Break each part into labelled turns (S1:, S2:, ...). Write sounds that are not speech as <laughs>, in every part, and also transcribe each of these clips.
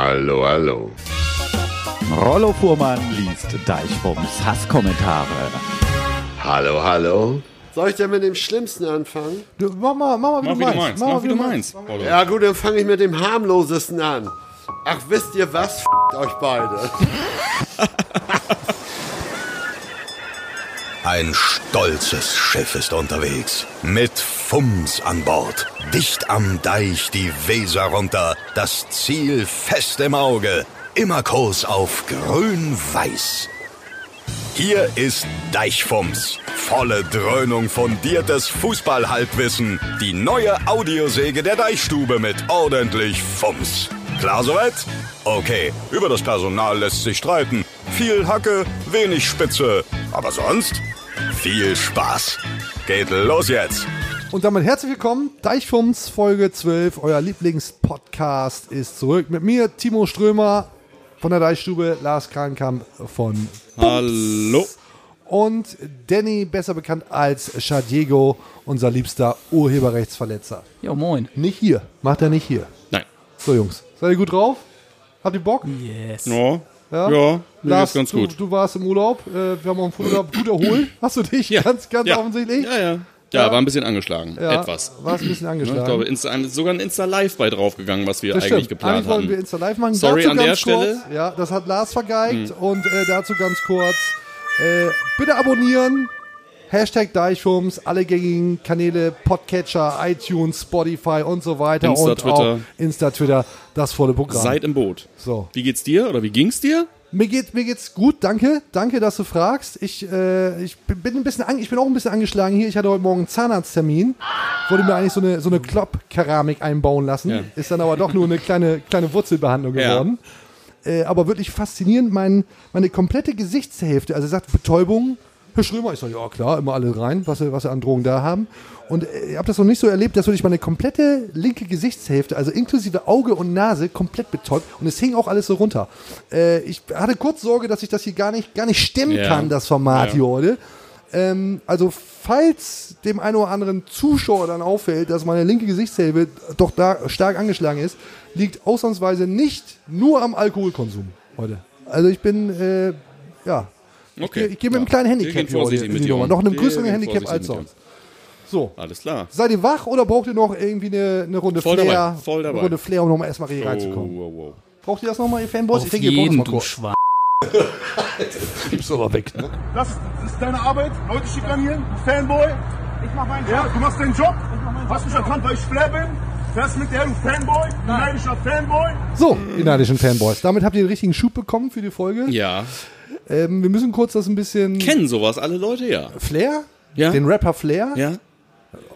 S1: Hallo, hallo.
S2: Rollo Fuhrmann liest Deichbums Hasskommentare.
S1: Hallo, hallo.
S3: Soll ich denn mit dem Schlimmsten anfangen?
S4: Du, mach mal, mach mal,
S5: Mach
S4: wie du
S5: wie du
S4: meinst.
S5: meinst.
S4: mal,
S5: Mach wie du meinst. Rollo.
S3: Ja gut, dann fange ich mit dem harmlosesten an. Ach, wisst ihr was? F euch beide.
S6: Ein stolzes Schiff ist unterwegs. Mit Fums an Bord. Dicht am Deich die Weser runter. Das Ziel fest im Auge. Immer Kurs auf grün-weiß. Hier ist Deichfums. Volle Dröhnung fundiertes Fußballhalbwissen. Die neue Audiosäge der Deichstube mit ordentlich Fums. Klar soweit? Okay, über das Personal lässt sich streiten. Viel Hacke, wenig Spitze. Aber sonst? Viel Spaß. Geht los jetzt.
S4: Und damit herzlich willkommen, Deichfums Folge 12, euer Lieblingspodcast ist zurück. Mit mir Timo Strömer von der Deichstube, Lars Krankamp von
S5: Hallo.
S4: und Danny, besser bekannt als Shadiego, unser liebster Urheberrechtsverletzer.
S2: Jo, moin.
S4: Nicht hier, macht er nicht hier.
S5: Nein.
S4: So Jungs, seid ihr gut drauf? Habt ihr Bock?
S5: Ja. Ja. ja mir geht's ganz
S4: du,
S5: gut.
S4: du warst im Urlaub, äh, wir haben auch im Urlaub gut erholt. Hast du dich
S5: ja.
S4: <laughs> ganz, ganz
S5: ja.
S4: offensichtlich?
S5: Ja, ja. Ja, war ein bisschen angeschlagen.
S4: Ja,
S5: Etwas.
S4: War ein bisschen
S5: Ich
S4: angeschlagen.
S5: glaube, Insta, sogar ein Insta-Live bei draufgegangen, was wir
S4: Das
S5: eigentlich
S4: stimmt.
S5: geplant
S4: Eigentlich wollten wir
S5: hatten.
S4: Insta Live machen.
S5: Sorry
S4: dazu
S5: an
S4: ganz
S5: der
S4: kurz,
S5: Stelle. Hm.
S4: Ja, das hat Lars vergeigt und äh, dazu ganz kurz. Äh, bitte abonnieren. Hashtag Deichhums, alle gängigen Kanäle, Podcatcher, iTunes, Spotify und so weiter.
S5: Insta,
S4: und
S5: Twitter.
S4: auch Insta, Twitter, das volle Programm.
S5: Seid im Boot.
S4: so.
S5: Wie geht's dir oder wie ging's dir?
S4: Mir, geht, mir geht's gut, danke. Danke, dass du fragst. Ich, äh, ich bin ein bisschen an, ich bin auch ein bisschen angeschlagen hier. Ich hatte heute Morgen einen Zahnarzttermin. Wollte mir eigentlich so eine, so eine Klopp-Keramik einbauen lassen.
S5: Ja.
S4: Ist dann aber doch nur eine kleine, kleine Wurzelbehandlung
S5: Ja.
S4: geworden. Äh, aber wirklich faszinierend, mein, meine komplette Gesichtshälfte. Also er sagt Betäubung. Herr Schrömer, ich sage, ja klar, immer alle rein, was sie, was sie an Drogen da haben. Und äh, ich habe das noch nicht so erlebt, dass wirklich meine komplette linke Gesichtshälfte, also inklusive Auge und Nase, komplett betäubt. Und es hing auch alles so runter. Äh, ich hatte kurz Sorge, dass ich das hier gar nicht, gar nicht stemmen
S5: Ja.
S4: kann, das Format
S5: Ja.
S4: hier heute. Ähm, also falls dem einen oder anderen Zuschauer dann auffällt, dass meine linke Gesichtshälfte doch da stark angeschlagen ist, liegt ausnahmsweise nicht nur am Alkoholkonsum heute. Also ich bin, äh, ja,
S5: Okay.
S4: ich gehe mit einem kleinen Handicap hier heute in die Nummer.
S5: um.
S4: Noch einem größeren Handicap als sonst. So,
S5: Alles klar.
S4: seid ihr wach oder braucht ihr noch irgendwie eine, eine Runde
S5: Voll
S4: Flair?
S5: dabei, voll dabei.
S4: Eine Runde Flair, um nochmal erstmal hier
S5: wow,
S4: reinzukommen.
S5: wow.
S4: Braucht ihr das nochmal, ihr Fanboys? ich
S2: Auf
S4: denke, ihr braucht das
S2: jeden,
S4: mal
S2: du
S5: <laughs>
S4: kurz.
S2: Schwein.
S4: Gib's aber weg. Ne?
S7: Das ist deine Arbeit, Leute schikanieren, du Fanboy. Ich mach meinen Job. Ja, du machst deinen Job. genau. Hast mich erkannt, weil ich Flair bin. Fährst mit der, du Fanboy, du neidischer Fanboy.
S4: So, ihr neidischen Fanboys. Damit habt ihr den richtigen Schub bekommen für die Folge.
S5: Ja.
S4: Ähm, wir müssen kurz das ein bisschen.
S5: Kennen sowas alle Leute, ja.
S4: Flair?
S5: Ja.
S4: Den Rapper Flair?
S5: Ja.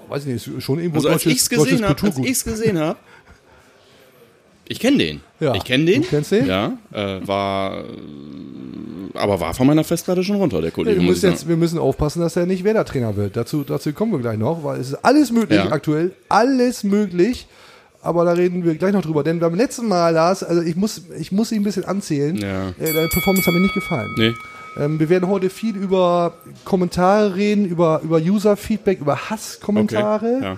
S4: Weiß ich nicht, ist schon irgendwo
S5: Also als
S4: deutsches,
S5: ich es gesehen
S4: deutsches
S5: habe, als
S4: Kulturgut.
S5: ich's gesehen habe, <laughs> ich kenne den.
S4: Ja.
S5: Ich kenne den.
S4: Du kennst den?
S5: Ja. Äh, war, äh, aber war von meiner Festplatte schon runter, der Kollege. muss
S4: wir,
S5: ich
S4: müssen
S5: sagen.
S4: jetzt, wir müssen aufpassen, dass er nicht Werder-Trainer wird. Dazu, dazu kommen wir gleich noch, weil es ist alles möglich
S5: Ja.
S4: aktuell. Alles möglich. Aber da reden wir gleich noch drüber. Denn beim letzten Mal, Lars, also ich muss, ich muss ihn ein bisschen anzählen.
S5: Ja.
S4: Äh, deine Performance hat mir nicht gefallen.
S5: Nee.
S4: Ähm, wir werden heute viel über Kommentare reden, über, über User-Feedback, über
S5: Okay.
S4: Hasskommentare.
S5: Ja.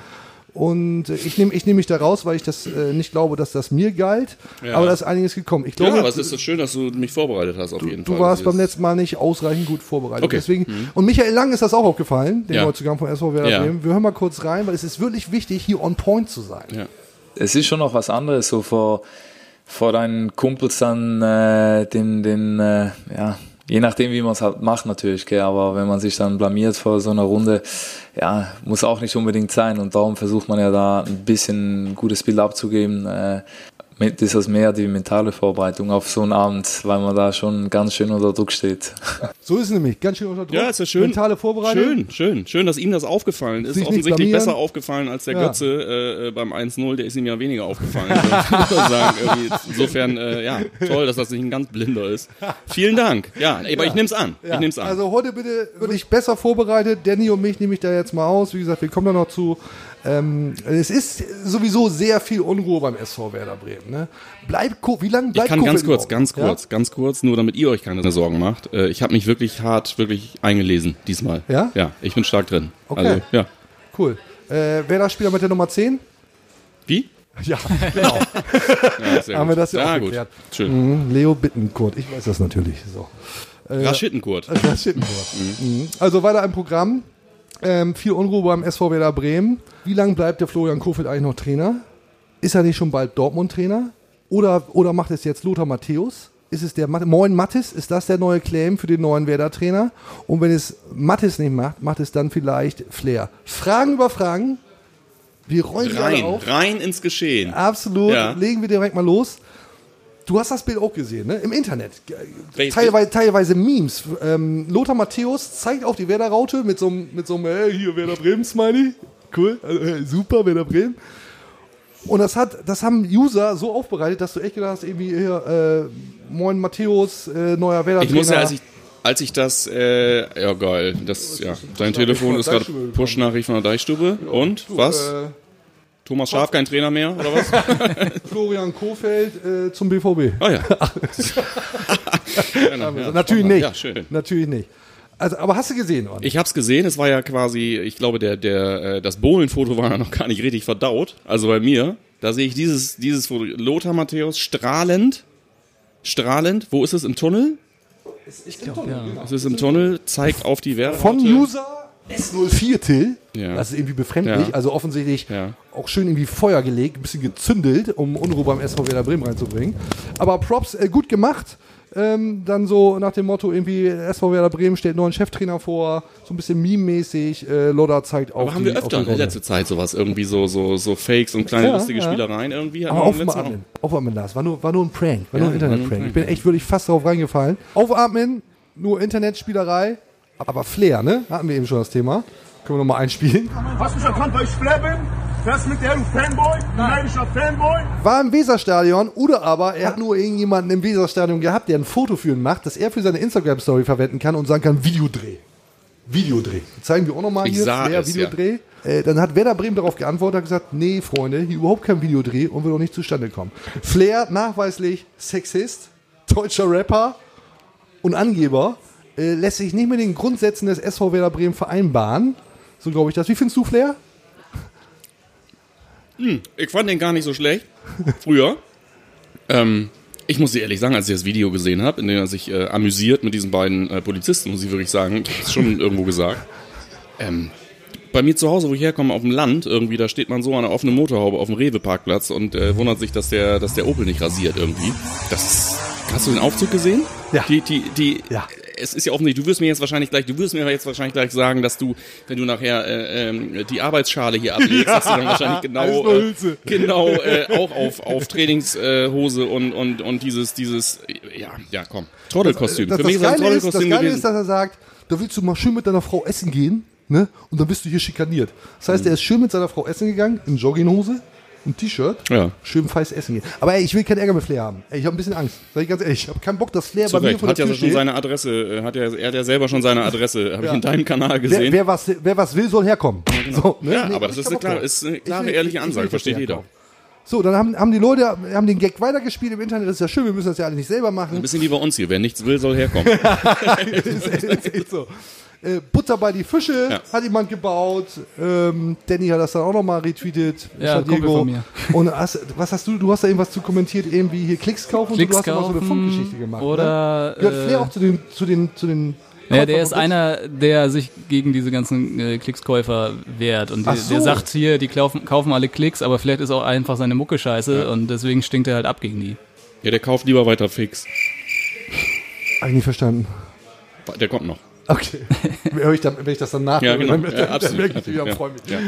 S4: Und äh, ich nehme ich nehm mich da raus, weil ich das äh, nicht glaube, dass das mir galt.
S5: Ja.
S4: Aber da ist einiges gekommen. Ich
S5: Ja,
S4: glaube,
S5: aber es ist so schön, dass du mich vorbereitet hast, auf jeden Fall.
S4: du warst
S5: Das
S4: beim
S5: ist-
S4: letzten Mal nicht ausreichend gut vorbereitet.
S5: Okay. Mhm.
S4: Deswegen, Und Michael Lang ist das auch aufgefallen, den
S5: Ja.
S4: Neuzugang vom SV Werder
S5: Ja.
S4: Bremen. Wir hören mal kurz rein, weil es ist wirklich wichtig, hier on point zu sein.
S5: Ja.
S8: es ist schon noch was anderes, so vor, vor deinen Kumpels dann äh, den, den äh, ja, je nachdem wie man es halt macht natürlich, gell, aber wenn man sich dann blamiert vor so einer Runde, ja, muss auch nicht unbedingt sein und darum versucht man ja da ein bisschen ein gutes Bild abzugeben. Äh, mit ist das mehr die mentale Vorbereitung auf so einen Abend, weil man da schon ganz schön unter Druck steht.
S4: So ist es nämlich. Ganz schön unter Druck.
S5: Ja, ist ja schön.
S4: Mentale Vorbereitung.
S5: Schön, schön, schön, dass ihm das aufgefallen ist.
S4: Sich nicht
S5: Offensichtlich
S4: blamieren.
S5: besser aufgefallen als der
S4: Ja.
S5: Götze äh, äh, beim 1-0. Der ist ihm ja weniger aufgefallen. <laughs> Also, muss man sagen, irgendwie. Insofern, äh, ja, toll, dass das nicht ein ganz blinder ist. Vielen Dank. Ja, aber ich nehm's an. Ich nehm's an.
S4: Also heute bitte wirklich besser vorbereitet. Danny und mich nehme ich da jetzt mal aus. Wie gesagt, wir kommen da noch zu. Ähm, es ist sowieso sehr viel Unruhe beim SV Werder Bremen. Ne? Bleibt Co wie lange
S5: ich
S4: bleibt
S5: kann
S4: Kofeld
S5: ganz kurz,
S4: überhaupt?
S5: ganz
S4: Ja?
S5: kurz, ganz kurz, nur damit ihr euch keine Sorgen macht. Äh, ich habe mich wirklich hart, wirklich eingelesen diesmal.
S4: Ja?
S5: Ja, ich bin stark drin.
S4: Okay.
S5: Also, ja.
S4: Cool. Äh, Werder Spieler mit der Nummer 10?
S5: Wie?
S4: Ja, genau.
S5: Ja, sehr
S4: <laughs> Haben wir das ja
S5: ja
S4: auch
S5: gut.
S4: geklärt.
S5: Schön.
S4: Mhm, <laughs> Äh, Leo Bittenkurt, ich weiß das natürlich. So.
S5: Raschittenkurt.
S4: Das stimmt nur. Mhm. Also weiter im Programm. Ähm, viel Unruhe beim SV Werder Bremen. Wie lange bleibt der Florian Kofeld eigentlich noch Trainer? Ist er nicht schon bald Dortmund-Trainer? Oder, oder macht es jetzt Lothar Matthäus? Ist es der Mat Moin Mattis? Ist das der neue Claim für den neuen Werder-Trainer? Und wenn es Mattis nicht macht, macht es dann vielleicht Flair. Fragen über Fragen. Wir rollen gerade
S5: Rein,
S4: auf.
S5: rein ins Geschehen.
S4: Ah, Absolut.
S5: Ja.
S4: Legen wir direkt mal los. Du hast das Bild auch gesehen, ne? Im Internet.
S5: Welches
S4: Teilweise, teilweise Memes. Ähm, Lothar Matthäus zeigt auf die Werder-Raute mit so einem, mit so einem hey, hier Werder Bremen-Smiley. Cool, äh, super, Werder Bremen. Und das, hat, das haben User so aufbereitet, dass du echt gedacht hast, irgendwie hier, äh, moin Matthäus, äh, neuer Äh, werder
S5: Ich muss ja, als ich, als ich das, äh, ja geil, das, ja, sein Telefon
S4: von
S5: ist
S4: der
S5: gerade
S4: Deichstube gekommen.
S5: Push-Nachricht von der Deichstube. Und, was?
S4: Äh,
S5: Thomas Schaf, kein Trainer mehr, oder
S4: <laughs>
S5: was?
S4: Florian Kofeld äh, zum BVB.
S5: Ah ja. <laughs>
S4: Also natürlich
S5: spannend.
S4: nicht.
S5: Ja, schön.
S4: Natürlich nicht. Also, aber hast du gesehen, oder?
S5: Ich hab's gesehen, es war ja quasi, ich glaube, der, der, äh, das Bohlen-Foto war ja noch gar nicht richtig verdaut. Also bei mir, da sehe ich dieses, dieses Foto. Lothar Matthäus strahlend. Strahlend, wo ist es? Im Tunnel? Es ist im genau. Tunnel, zeigt auf die Werbung.
S4: von User S04 Till.
S5: Ja.
S4: Das ist irgendwie befremdlich.
S5: Ja.
S4: Also offensichtlich
S5: Ja.
S4: auch schön irgendwie Feuer gelegt, ein bisschen gezündelt, um Unruhe beim SV Werder Bremen reinzubringen. Aber Props, äh, gut gemacht. Ähm, dann so nach dem Motto irgendwie SV Werder Bremen stellt neuen Cheftrainer vor, so ein bisschen meme-mäßig. Äh, Lodder zeigt auch
S5: Aber haben wir
S4: die, auf die
S5: öfter in
S4: Rolle.
S5: letzter Zeit sowas, irgendwie so, so, so Fakes und kleine
S4: Ja,
S5: lustige
S4: ja.
S5: Spielereien irgendwie. Hatten
S4: Aber
S5: wir im letzten Mal
S4: aufatmen, aufatmen, Lars. War nur, war nur ein Prank, war nur ein Internet-Prank. Ich bin echt wirklich fast darauf reingefallen. Aufatmen, nur Internetspielerei, aber Flair, ne? Hatten wir eben schon das Thema. Können wir nochmal einspielen.
S7: Was mich erkannt, weil ich flabben? Fährst mit der, du Fanboy? Du neidischer Fanboy?
S4: war im Weserstadion oder aber er hat nur irgendjemanden im Weserstadion gehabt, der ein Foto für ihn macht, das er für seine Instagram-Story verwenden kann und sagen kann, Videodreh. Videodreh. Zeigen wir auch nochmal
S5: Ich
S4: hier,
S5: sah
S4: Flair,
S5: es,
S4: Videodreh. Äh, dann hat Werder Bremen darauf geantwortet, hat gesagt, nee, Freunde, hier überhaupt kein Videodreh und wird auch nicht zustande kommen. Flair, nachweislich Sexist, deutscher Rapper und Angeber, äh, lässt sich nicht mit den Grundsätzen des SV Werder Bremen vereinbaren. So glaube ich das. Wie findest du Flair?
S5: auch. Ich fand den gar nicht so schlecht.
S4: <laughs>
S5: Früher. ähm, ich muss dir ehrlich sagen, als ich das Video gesehen habe, in dem er sich äh, amüsiert mit diesen beiden äh, Polizisten, muss ich wirklich sagen, das ist schon <laughs> irgendwo gesagt. Ähm, bei mir zu Hause, wo ich herkomme, auf dem Land, irgendwie, da steht man so an einer offenen Motorhaube auf dem Rewe-Parkplatz und äh, wundert sich, dass der, dass der Opel nicht rasiert irgendwie. Das ist, hast du den Aufzug gesehen?
S4: Ja.
S5: Die, die, die,
S4: Ja.
S5: Es ist ja offensichtlich, du wirst mir jetzt wahrscheinlich gleich, du wirst mir jetzt wahrscheinlich gleich sagen, dass du, wenn du nachher äh, ähm, die Arbeitsschale hier ablegst,
S4: <laughs>
S5: dass du dann wahrscheinlich
S4: alles
S5: genau,
S4: nur
S5: äh,
S4: Hülse.
S5: <laughs> genau äh, auch auf, auf Trainingshose äh, Hose und, und, und dieses, dieses, ja, ja, komm. Trottelkostüm.
S4: Das,
S5: Für
S4: das,
S5: mich ist das ein
S4: Geile ist, das
S5: Trottelkostüm
S4: Geile
S5: gewesen.
S4: ist, dass er sagt, da willst du mal schön mit deiner Frau essen gehen, ne? Und dann bist du hier schikaniert. Das
S5: Mhm.
S4: heißt, er ist schön mit seiner Frau essen gegangen, in Jogginghose, ein T-Shirt,
S5: Ja.
S4: schön feist essen gehen. Aber ey, ich will keinen Ärger mit Flair haben. Ey, ich habe ein bisschen Angst. Sag ich ganz ehrlich, ich habe keinen Bock, dass Flair
S5: Zu
S4: bei mir
S5: Recht.
S4: vor der
S5: Hat ja
S4: Tür
S5: schon
S4: steht.
S5: seine Adresse, äh, hat ja, er hat ja selber schon seine Adresse, habe
S4: Ja.
S5: ich in deinem Kanal
S4: Wer,
S5: gesehen.
S4: wer, was, wer was will, soll herkommen. So, ne?
S5: ja,
S4: Nee,
S5: aber
S4: hab
S5: das ist
S4: ich keinen
S5: eine
S4: Bock drauf.
S5: klare, ist eine
S4: Ich
S5: klare
S4: will-
S5: ehrliche
S4: ich will
S5: Ansage,
S4: nicht, dass
S5: versteht
S4: der
S5: jeder.
S4: herkommt. So, dann haben, haben die Leute haben den Gag weitergespielt im Internet. Das ist ja schön, wir müssen das ja alle nicht selber machen.
S5: Ein bisschen wie bei uns hier, wer nichts will, soll
S4: <laughs>
S5: herkommen.
S4: ist, ist echt so. Äh, Butter bei die Fische
S5: Ja.
S4: hat jemand gebaut. Ähm, Danny hat das dann auch nochmal retweetet.
S9: Ja,
S4: San
S9: Kumpel von mir.
S4: Und hast, was hast du? Du hast da irgendwas zu kommentiert, irgendwie hier Klicks kaufen. und
S9: Klicks
S4: du hast noch so eine
S9: kaufen
S4: Funkgeschichte gemacht.
S9: oder,
S4: Ne? Gehört Flair
S9: äh,
S4: auch zu den. Zu den, zu den
S9: Ja,
S4: Käufern
S9: der ist
S4: von Klicks?
S9: einer, der sich gegen diese ganzen äh, Klickskäufer wehrt. Und
S4: Ach
S9: der,
S4: so.
S9: der sagt hier, die kaufen, kaufen alle Klicks, aber vielleicht ist auch einfach seine Mucke scheiße und deswegen stinkt er halt ab gegen die.
S5: ja, der kauft lieber weiter fix.
S4: Hab ich nicht verstanden.
S5: Der kommt noch.
S9: <laughs>
S4: Okay. Hör ich dann, wenn ich das dann nachhöre,
S5: Ja, genau.
S4: dann,
S5: Ja,
S4: dann, dann
S5: absolut.
S4: merke ich wieder,
S5: Ja.
S4: freue mich.
S5: Ja.
S4: Okay,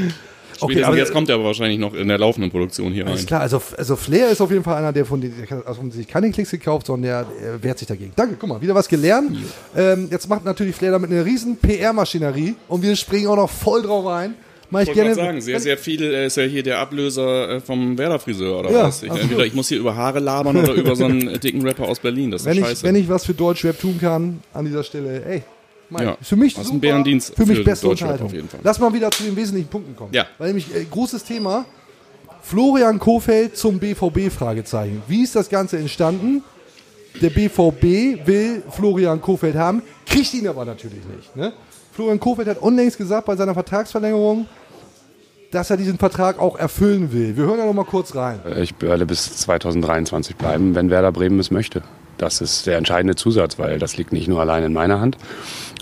S5: Spätestens
S4: aber
S5: jetzt kommt er aber wahrscheinlich noch in der laufenden Produktion hier
S4: Ist
S5: rein.
S4: klar, also, also Flair ist auf jeden Fall einer, der von den, der hat offensichtlich keine Klicks gekauft, sondern der äh, wehrt sich dagegen. Danke, guck mal, wieder was gelernt. Ähm, jetzt macht natürlich Flair damit eine riesen PR-Maschinerie und wir springen auch noch voll drauf ein. Mach ich
S5: Ich wollte
S4: gerne.
S5: gerade sagen, sehr, sehr viel äh, ist ja hier der Ablöser äh, vom Werder-Friseur oder
S4: Ja, also
S5: was. Ich,
S4: absolut.
S5: entweder ich muss hier über Haare labern oder über so einen äh, dicken Rapper aus Berlin. Das ist
S4: wenn, ich,
S5: scheiße.
S4: wenn ich was für Deutschrap tun kann, an dieser Stelle, ey. Mike,
S5: Ja,
S4: Für mich
S5: hast
S4: super,
S5: einen Bärendienst
S4: für mich
S5: für
S4: beste
S5: Deutschrap
S4: Unterhaltung.
S5: auf jeden Fall.
S4: Lass mal wieder zu den wesentlichen Punkten kommen.
S5: Ja.
S4: Weil nämlich äh, großes Thema Florian Kofeld zum BVB Fragezeichen. Wie ist das Ganze entstanden? Der BVB will Florian Kofeld haben, kriegt ihn aber natürlich nicht. Ne? Florian Kofeld hat unlängst gesagt bei seiner Vertragsverlängerung, dass er diesen Vertrag auch erfüllen will. Wir hören da noch mal kurz rein.
S10: Ich werde bis 2023 bleiben, wenn Werder Bremen es möchte. Das ist der entscheidende Zusatz, weil das liegt nicht nur allein in meiner Hand.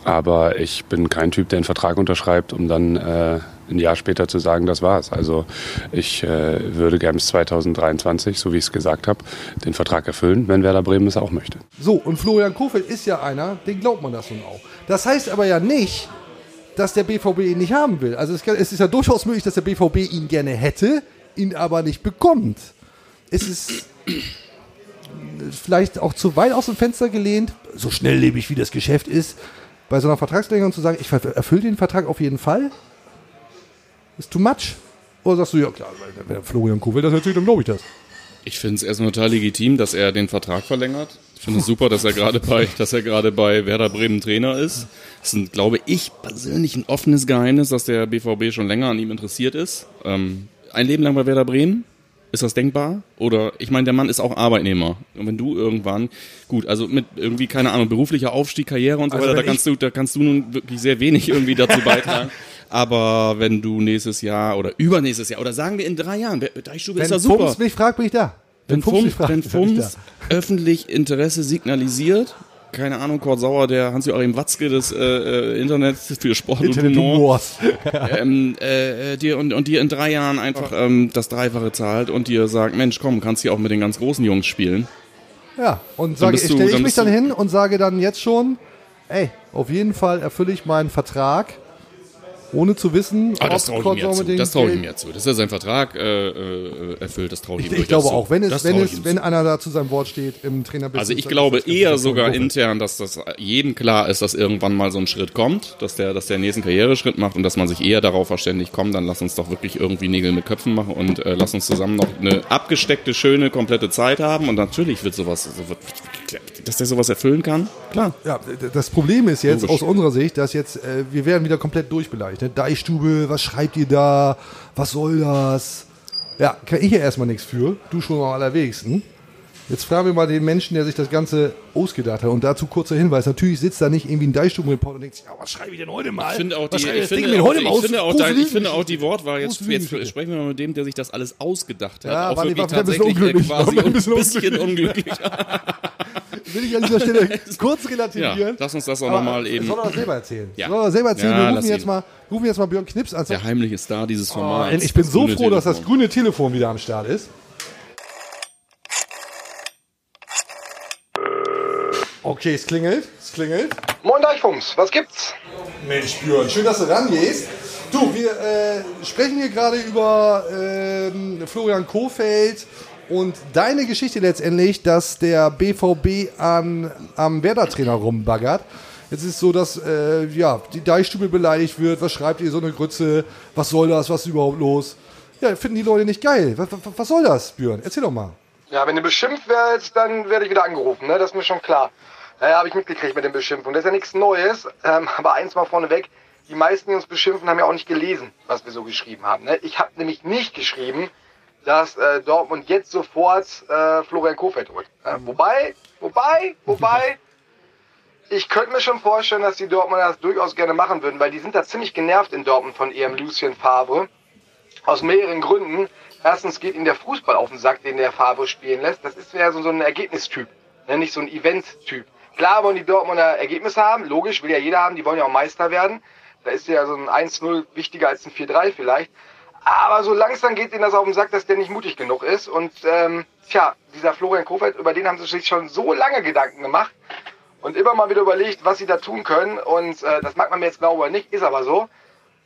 S10: Aber ich bin kein Typ, der einen Vertrag unterschreibt, um dann äh, ein Jahr später zu sagen, das war's. Also ich äh, würde gern bis 2023, so wie ich es gesagt habe, den Vertrag erfüllen, wenn Werder Bremen es auch möchte.
S4: So, und Florian Kofeld ist ja einer, den glaubt man das nun auch. Das heißt aber ja nicht, dass der BVB ihn nicht haben will. Also es, kann, es ist ja durchaus möglich, dass der BVB ihn gerne hätte, ihn aber nicht bekommt. Es ist vielleicht auch zu weit aus dem Fenster gelehnt, so schnelllebig wie das Geschäft ist, bei so einer Vertragsverlängerung zu sagen, ich ver- erfülle den Vertrag auf jeden Fall, ist too much. Oder sagst du, ja klar, wenn Florian Kofeld das erzählt, dann glaube ich das.
S5: Ich finde es erstmal total legitim, dass er den Vertrag verlängert. Ich finde es super, dass er gerade
S4: <laughs>
S5: bei, dass er gerade bei Werder Bremen Trainer ist. Das ist, ein, glaube ich, persönlich ein offenes Geheimnis, dass der BVB schon länger an ihm interessiert ist. Ähm, ein Leben lang bei Werder Bremen. Ist das denkbar? Oder ich meine, der Mann ist auch Arbeitnehmer. Und wenn du irgendwann, gut, also mit irgendwie, keine Ahnung, beruflicher Aufstieg, Karriere und so
S4: Also
S5: weiter, da
S4: wenn
S5: kannst du, da kannst du nun wirklich sehr wenig irgendwie dazu
S4: <laughs>
S5: beitragen. Aber wenn du nächstes Jahr oder übernächstes Jahr oder sagen wir in drei Jahren, wer- Deichstube ist
S4: Wenn
S5: ja super.
S4: Fums mich fragt, bin ich da.
S5: Wenn
S4: mich
S5: Fums,
S4: fragt,
S5: wenn
S4: bin ich da.
S5: Fums öffentlich Interesse signalisiert, keine Ahnung, Kurt Sauer, der Hans-Joachim Watzke des äh, äh, Internets <laughs> für Sport
S4: Internet
S5: und Humor,
S4: Humors.
S5: ähm, äh, äh, dir und, und dir in drei Jahren einfach ähm, das Dreifache zahlt und dir sagt, Mensch, komm, kannst hier auch mit den ganz großen Jungs spielen.
S4: Ja, und sage,
S5: bist du-
S4: stelle ich
S5: dann
S4: mich
S5: bist du-
S4: dann hin und sage dann jetzt schon, ey, auf jeden Fall erfülle ich meinen Vertrag, ohne zu wissen,
S5: Ah, das traue ich
S4: Kurt
S5: ihm ja zu.
S4: unbedingt
S5: Das traue ich ihm
S4: Geld-
S5: ja zu. Das ist ja sein Vertrag äh, äh, erfüllt, das traue ich ihm
S4: Ich
S5: durchaus
S4: glaube
S5: zu.
S4: auch, wenn es,
S5: Das
S4: wenn
S5: traue
S4: es,
S5: ihm
S4: wenn
S5: zu.
S4: einer da zu seinem Wort steht im Trainerbusiness.
S5: Also ich
S4: dann
S5: glaube
S4: ist das
S5: eher
S4: ganz
S5: sogar
S4: gut.
S5: intern, dass das jedem klar ist, dass irgendwann mal so ein Schritt kommt, dass der, dass der nächsten Karriereschritt macht und dass man sich eher darauf verständigt, komm, dann lass uns doch wirklich irgendwie Nägel mit Köpfen machen und äh, lass uns zusammen noch eine abgesteckte, schöne, komplette Zeit haben und natürlich wird sowas, so wird, dass der sowas erfüllen kann, klar.
S4: Ja, d- das Problem ist jetzt
S5: Logisch.
S4: aus unserer Sicht, dass jetzt äh, wir werden wieder komplett durchbeleidigt. Ne? Deichstube, was schreibt ihr da? Was soll das? Ja, kann ich ja erstmal nichts für. Du schon am allerwenigsten. Jetzt fragen wir mal den Menschen, der sich das Ganze ausgedacht hat. Und dazu kurzer Hinweis: Natürlich sitzt da nicht irgendwie ein Deichstubenreporter und denkt sich, ja, was schreibe ich denn heute mal?
S5: Ich finde auch
S4: was
S5: die,
S4: schreibe
S5: ich
S4: das Ding
S5: finde
S4: denn
S5: auch,
S4: heute mal
S5: ich
S4: aus?
S5: finde auch,
S4: Große
S5: dein, ich finde
S4: Lügen.
S5: auch die Wortwahl. Jetzt,
S4: Große
S5: jetzt
S4: Lügen.
S5: sprechen wir mal mit dem, der sich das alles ausgedacht hat.
S4: Ja,
S5: auch
S4: war die-
S5: wirklich
S4: war ein
S5: tatsächlich
S4: bisschen
S5: äh,
S4: unglücklich,
S5: quasi
S4: war ein
S5: ein
S4: bisschen
S5: bisschen unglücklich.
S4: Will ich an dieser
S5: <laughs>
S4: Stelle kurz relativieren.
S5: Ja, lass uns das auch
S4: Aber
S5: nochmal eben-
S4: Soll er das selber erzählen?
S5: Ja.
S4: Soll er das selber erzählen?
S5: Ja,
S4: wir
S5: lass
S4: rufen jetzt,
S5: ihn.
S4: mal, rufen jetzt mal Björn Knips an.
S5: Der heimliche Star dieses
S4: Oh,
S5: Formats.
S4: ich bin so froh,
S5: Grüne
S4: dass das
S5: Telefon.
S4: grüne Telefon wieder am Start ist. Okay, es klingelt, es klingelt. Moin Deichfums, was gibt's? Mensch Björn, schön, dass du rangehst. Du, wir äh, sprechen hier gerade über ähm, Florian Kofeld und deine Geschichte letztendlich, dass der BVB an, am Werder-Trainer rumbaggert. Jetzt ist so, dass äh, ja, die Deichstube beleidigt wird. Was schreibt ihr so eine Grütze? Was soll das? Was ist überhaupt los? Ja, finden die Leute nicht geil. Was, was, was soll das, Björn? Erzähl doch mal.
S11: Ja, wenn du beschimpft wirst, dann werde ich wieder angerufen, ne? Das ist mir schon klar. Naja, habe ich mitgekriegt mit den Beschimpfungen. Das ist ja nichts Neues. Ähm, aber eins mal vorneweg, die meisten, die uns beschimpfen, haben ja auch nicht gelesen, was wir so geschrieben haben. Ne? Ich habe nämlich nicht geschrieben, dass äh, Dortmund jetzt sofort äh, Florian Kohfeldt holt. Äh, wobei, wobei, wobei, ich könnte mir schon vorstellen, dass die Dortmunder das durchaus gerne machen würden, weil die sind da ziemlich genervt in Dortmund von ihrem Lucien Favre. Aus mehreren Gründen. Erstens geht ihnen der Fußball auf den Sack, den der Favre spielen lässt. Das ist ja so, so ein Ergebnistyp, ne? nicht so ein Event-Typ. Klar wollen die Dortmunder Ergebnisse haben, logisch, will ja jeder haben, die wollen ja auch Meister werden. Da ist ja so ein 1-0 wichtiger als ein 4-3 vielleicht. Aber so langsam geht ihnen das auf den Sack, dass der nicht mutig genug ist. Und ähm, tja, dieser Florian Kofeld, über den haben sie sich schon so lange Gedanken gemacht und immer mal wieder überlegt, was sie da tun können. Und äh, das mag man mir jetzt glauben oder nicht, ist aber so.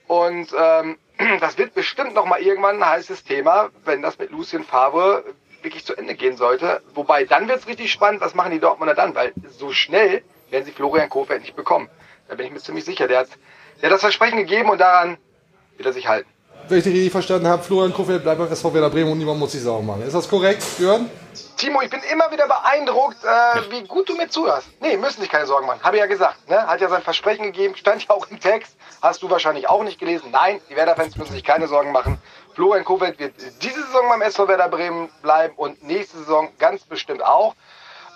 S11: Und ähm, das wird bestimmt noch mal irgendwann ein heißes Thema, wenn das mit Lucien Favre wirklich zu Ende gehen sollte. Wobei, dann wird's richtig spannend, was machen die Dortmunder dann? Weil so schnell werden sie Florian Kohfeldt nicht bekommen. Da bin ich mir ziemlich sicher. Der hat, der hat das Versprechen gegeben und daran wird er sich halten.
S4: Wenn ich dich richtig verstanden habe, Florian Kofeld bleibt beim SV Werder Bremen und niemand muss sich Sorgen machen. Ist das korrekt, Björn?
S11: Timo, ich bin immer wieder beeindruckt, äh, wie gut du mir zuhörst. Nee, müssen sich keine Sorgen machen. Habe ja gesagt. Ne? Hat ja sein Versprechen gegeben, stand <laughs> ja auch im Text. Hast du wahrscheinlich auch nicht gelesen. Nein, die Werder-Fans müssen sich keine Sorgen machen. Florian Kohfeldt wird diese Saison beim SV Werder Bremen bleiben und nächste Saison ganz bestimmt auch.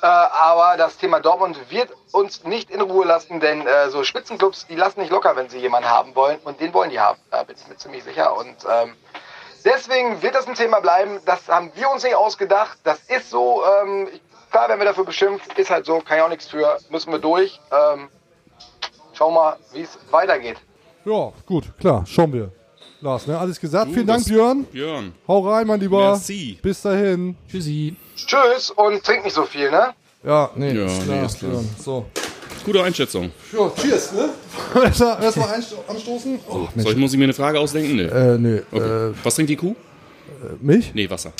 S11: Äh, aber das Thema Dortmund wird uns nicht in Ruhe lassen, denn äh, so Spitzenclubs, die lassen nicht locker, wenn sie jemanden haben wollen. Und den wollen die haben, da bin ich mir ziemlich sicher. Und ähm, deswegen wird das ein Thema bleiben. Das haben wir uns nicht ausgedacht. Das ist so. Ähm, klar werden wir dafür beschimpft. Ist halt so, kann ich auch nichts für. Müssen wir durch. Ähm, schau mal, wie es weitergeht.
S4: Ja, gut, klar, schauen wir. Lars, ne? Alles gesagt.
S5: Du,
S4: Vielen Dank,
S5: das-
S4: Björn.
S5: Björn.
S4: Hau rein, mein Lieber.
S5: Merci.
S4: Bis dahin.
S9: Tschüssi.
S11: Tschüss und trink nicht so viel, ne?
S4: Ja, nee,
S5: Ja,
S4: ist klar,
S5: nee, ist klar.
S4: Björn. So.
S5: Gute Einschätzung.
S4: Ja, cheers, ne? Erstmal erstmal einsto- anstoßen. Oh,
S5: Soll ich, muss ich mir eine Frage ausdenken? Nee.
S4: Äh, nee.
S5: Okay. Was trinkt die Kuh?
S4: Milch?
S5: Nee, Wasser.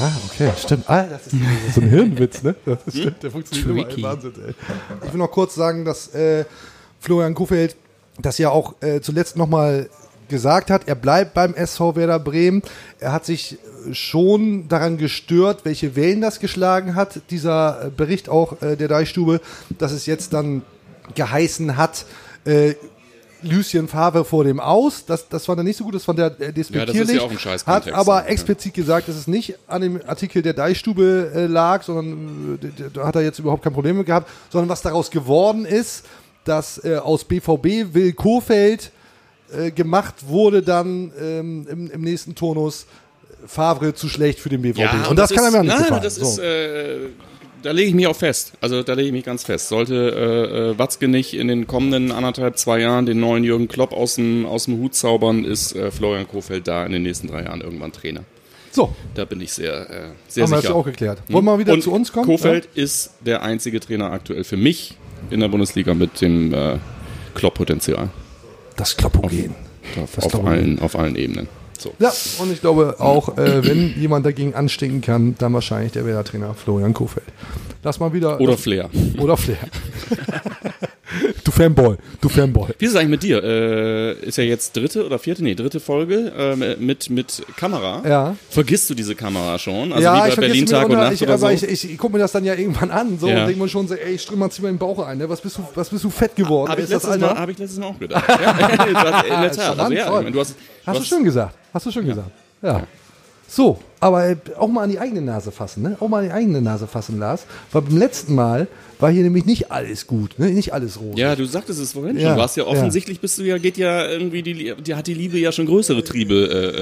S4: Ah, okay, stimmt. Ah, das ist so ein Hirnwitz, ne? Das
S5: Hm?
S4: stimmt, der funktioniert immer.
S9: Tricky.
S4: Ey, Wahnsinn, ey. Ich will noch kurz sagen, dass äh, Florian Kofeld das ja auch äh, zuletzt nochmal gesagt hat. Er bleibt beim SV Werder Bremen. Er hat sich äh, schon daran gestört, welche Wellen das geschlagen hat, dieser äh, Bericht auch äh, der Deichstube, dass es jetzt dann geheißen hat, äh, Lucien Favre vor dem Aus. Das, das fand er nicht so gut, das fand er äh, despektierlich.
S5: auch ein scheiß
S4: Hat
S5: Kontext, ne?
S4: aber
S5: ja.
S4: explizit gesagt, dass es nicht an dem Artikel der Deichstube äh, lag, sondern äh, d- d- da hat er jetzt überhaupt kein Problem mit gehabt, sondern was daraus geworden ist, dass äh, aus BVB Will Kofeld äh, gemacht wurde dann ähm, im, im nächsten Turnus Favre zu schlecht für den BVB. und das, kann
S5: ist,
S4: einem ja nicht
S5: Nein,
S4: gefallen.
S5: das
S4: So.
S5: ist. Äh, da lege ich mich auch fest. Also da lege ich mich ganz fest. Sollte äh, äh, Watzke nicht in den kommenden anderthalb, zwei Jahren den neuen Jürgen Klopp aus dem, aus dem Hut zaubern, ist äh, Florian Kofeld da in den nächsten drei Jahren irgendwann Trainer.
S4: so,
S5: Da bin ich sehr, äh, sehr
S4: haben wir
S5: sicher. Hm.
S4: das ja auch geklärt. Wollen wir mal wieder
S5: Und
S4: zu uns kommen?
S5: Kofeld ist der einzige Trainer aktuell für mich in der Bundesliga mit dem äh, Klopp-Potenzial.
S4: Ja? Das Klappogen.
S5: Auf,
S4: Das
S5: auf,
S4: glaube ich.
S5: allen, auf allen Ebenen. So.
S4: Ja, und ich glaube auch, äh, wenn jemand dagegen anstinken kann, dann wahrscheinlich der Werder-Trainer Florian Kofeld. Lass mal wieder.
S5: Oder Flair.
S4: Oder Flair. <laughs> du Fanboy, du Fanboy.
S5: Wie ist es eigentlich mit dir? Äh, ist ja jetzt dritte oder vierte, nee, dritte Folge äh, mit, mit Kamera.
S4: Ja.
S5: Vergisst du diese Kamera schon? Also
S4: ja,
S5: wie
S4: ich
S5: bei
S4: vergesse
S5: Berlin
S4: mir
S5: Tag und
S4: immer,
S5: Nacht
S4: ich,
S5: oder so.
S4: aber ich, ich, ich gucke mir das dann ja irgendwann an so,
S5: Ja.
S4: und denke mir schon so, ey, Strömer, zieh mir den Bauch ein, ne? was, bist du, was bist du fett geworden?
S5: Habe ich,
S4: Ist das
S5: letztes Mal-
S4: Alter?
S5: hab ich letztes Mal auch gedacht. <laughs>
S4: <laughs>
S5: ja, in der Tat. Also,
S4: Charmant,
S5: ja,
S4: toll.
S5: ich meine, du hast,
S4: Hast du schön gesagt, hast du schön gesagt. Ja. So, aber äh, auch mal an die eigene Nase fassen, ne? Auch mal an die eigene Nase fassen, Lars. Weil beim letzten Mal war hier nämlich nicht alles gut, ne? Nicht alles rot.
S5: Ja, du sagtest es vorhin
S4: Ja,
S5: schon. Du hast ja
S4: ja.
S5: offensichtlich bist du ja, geht ja irgendwie die, die hat die Liebe ja schon größere Triebe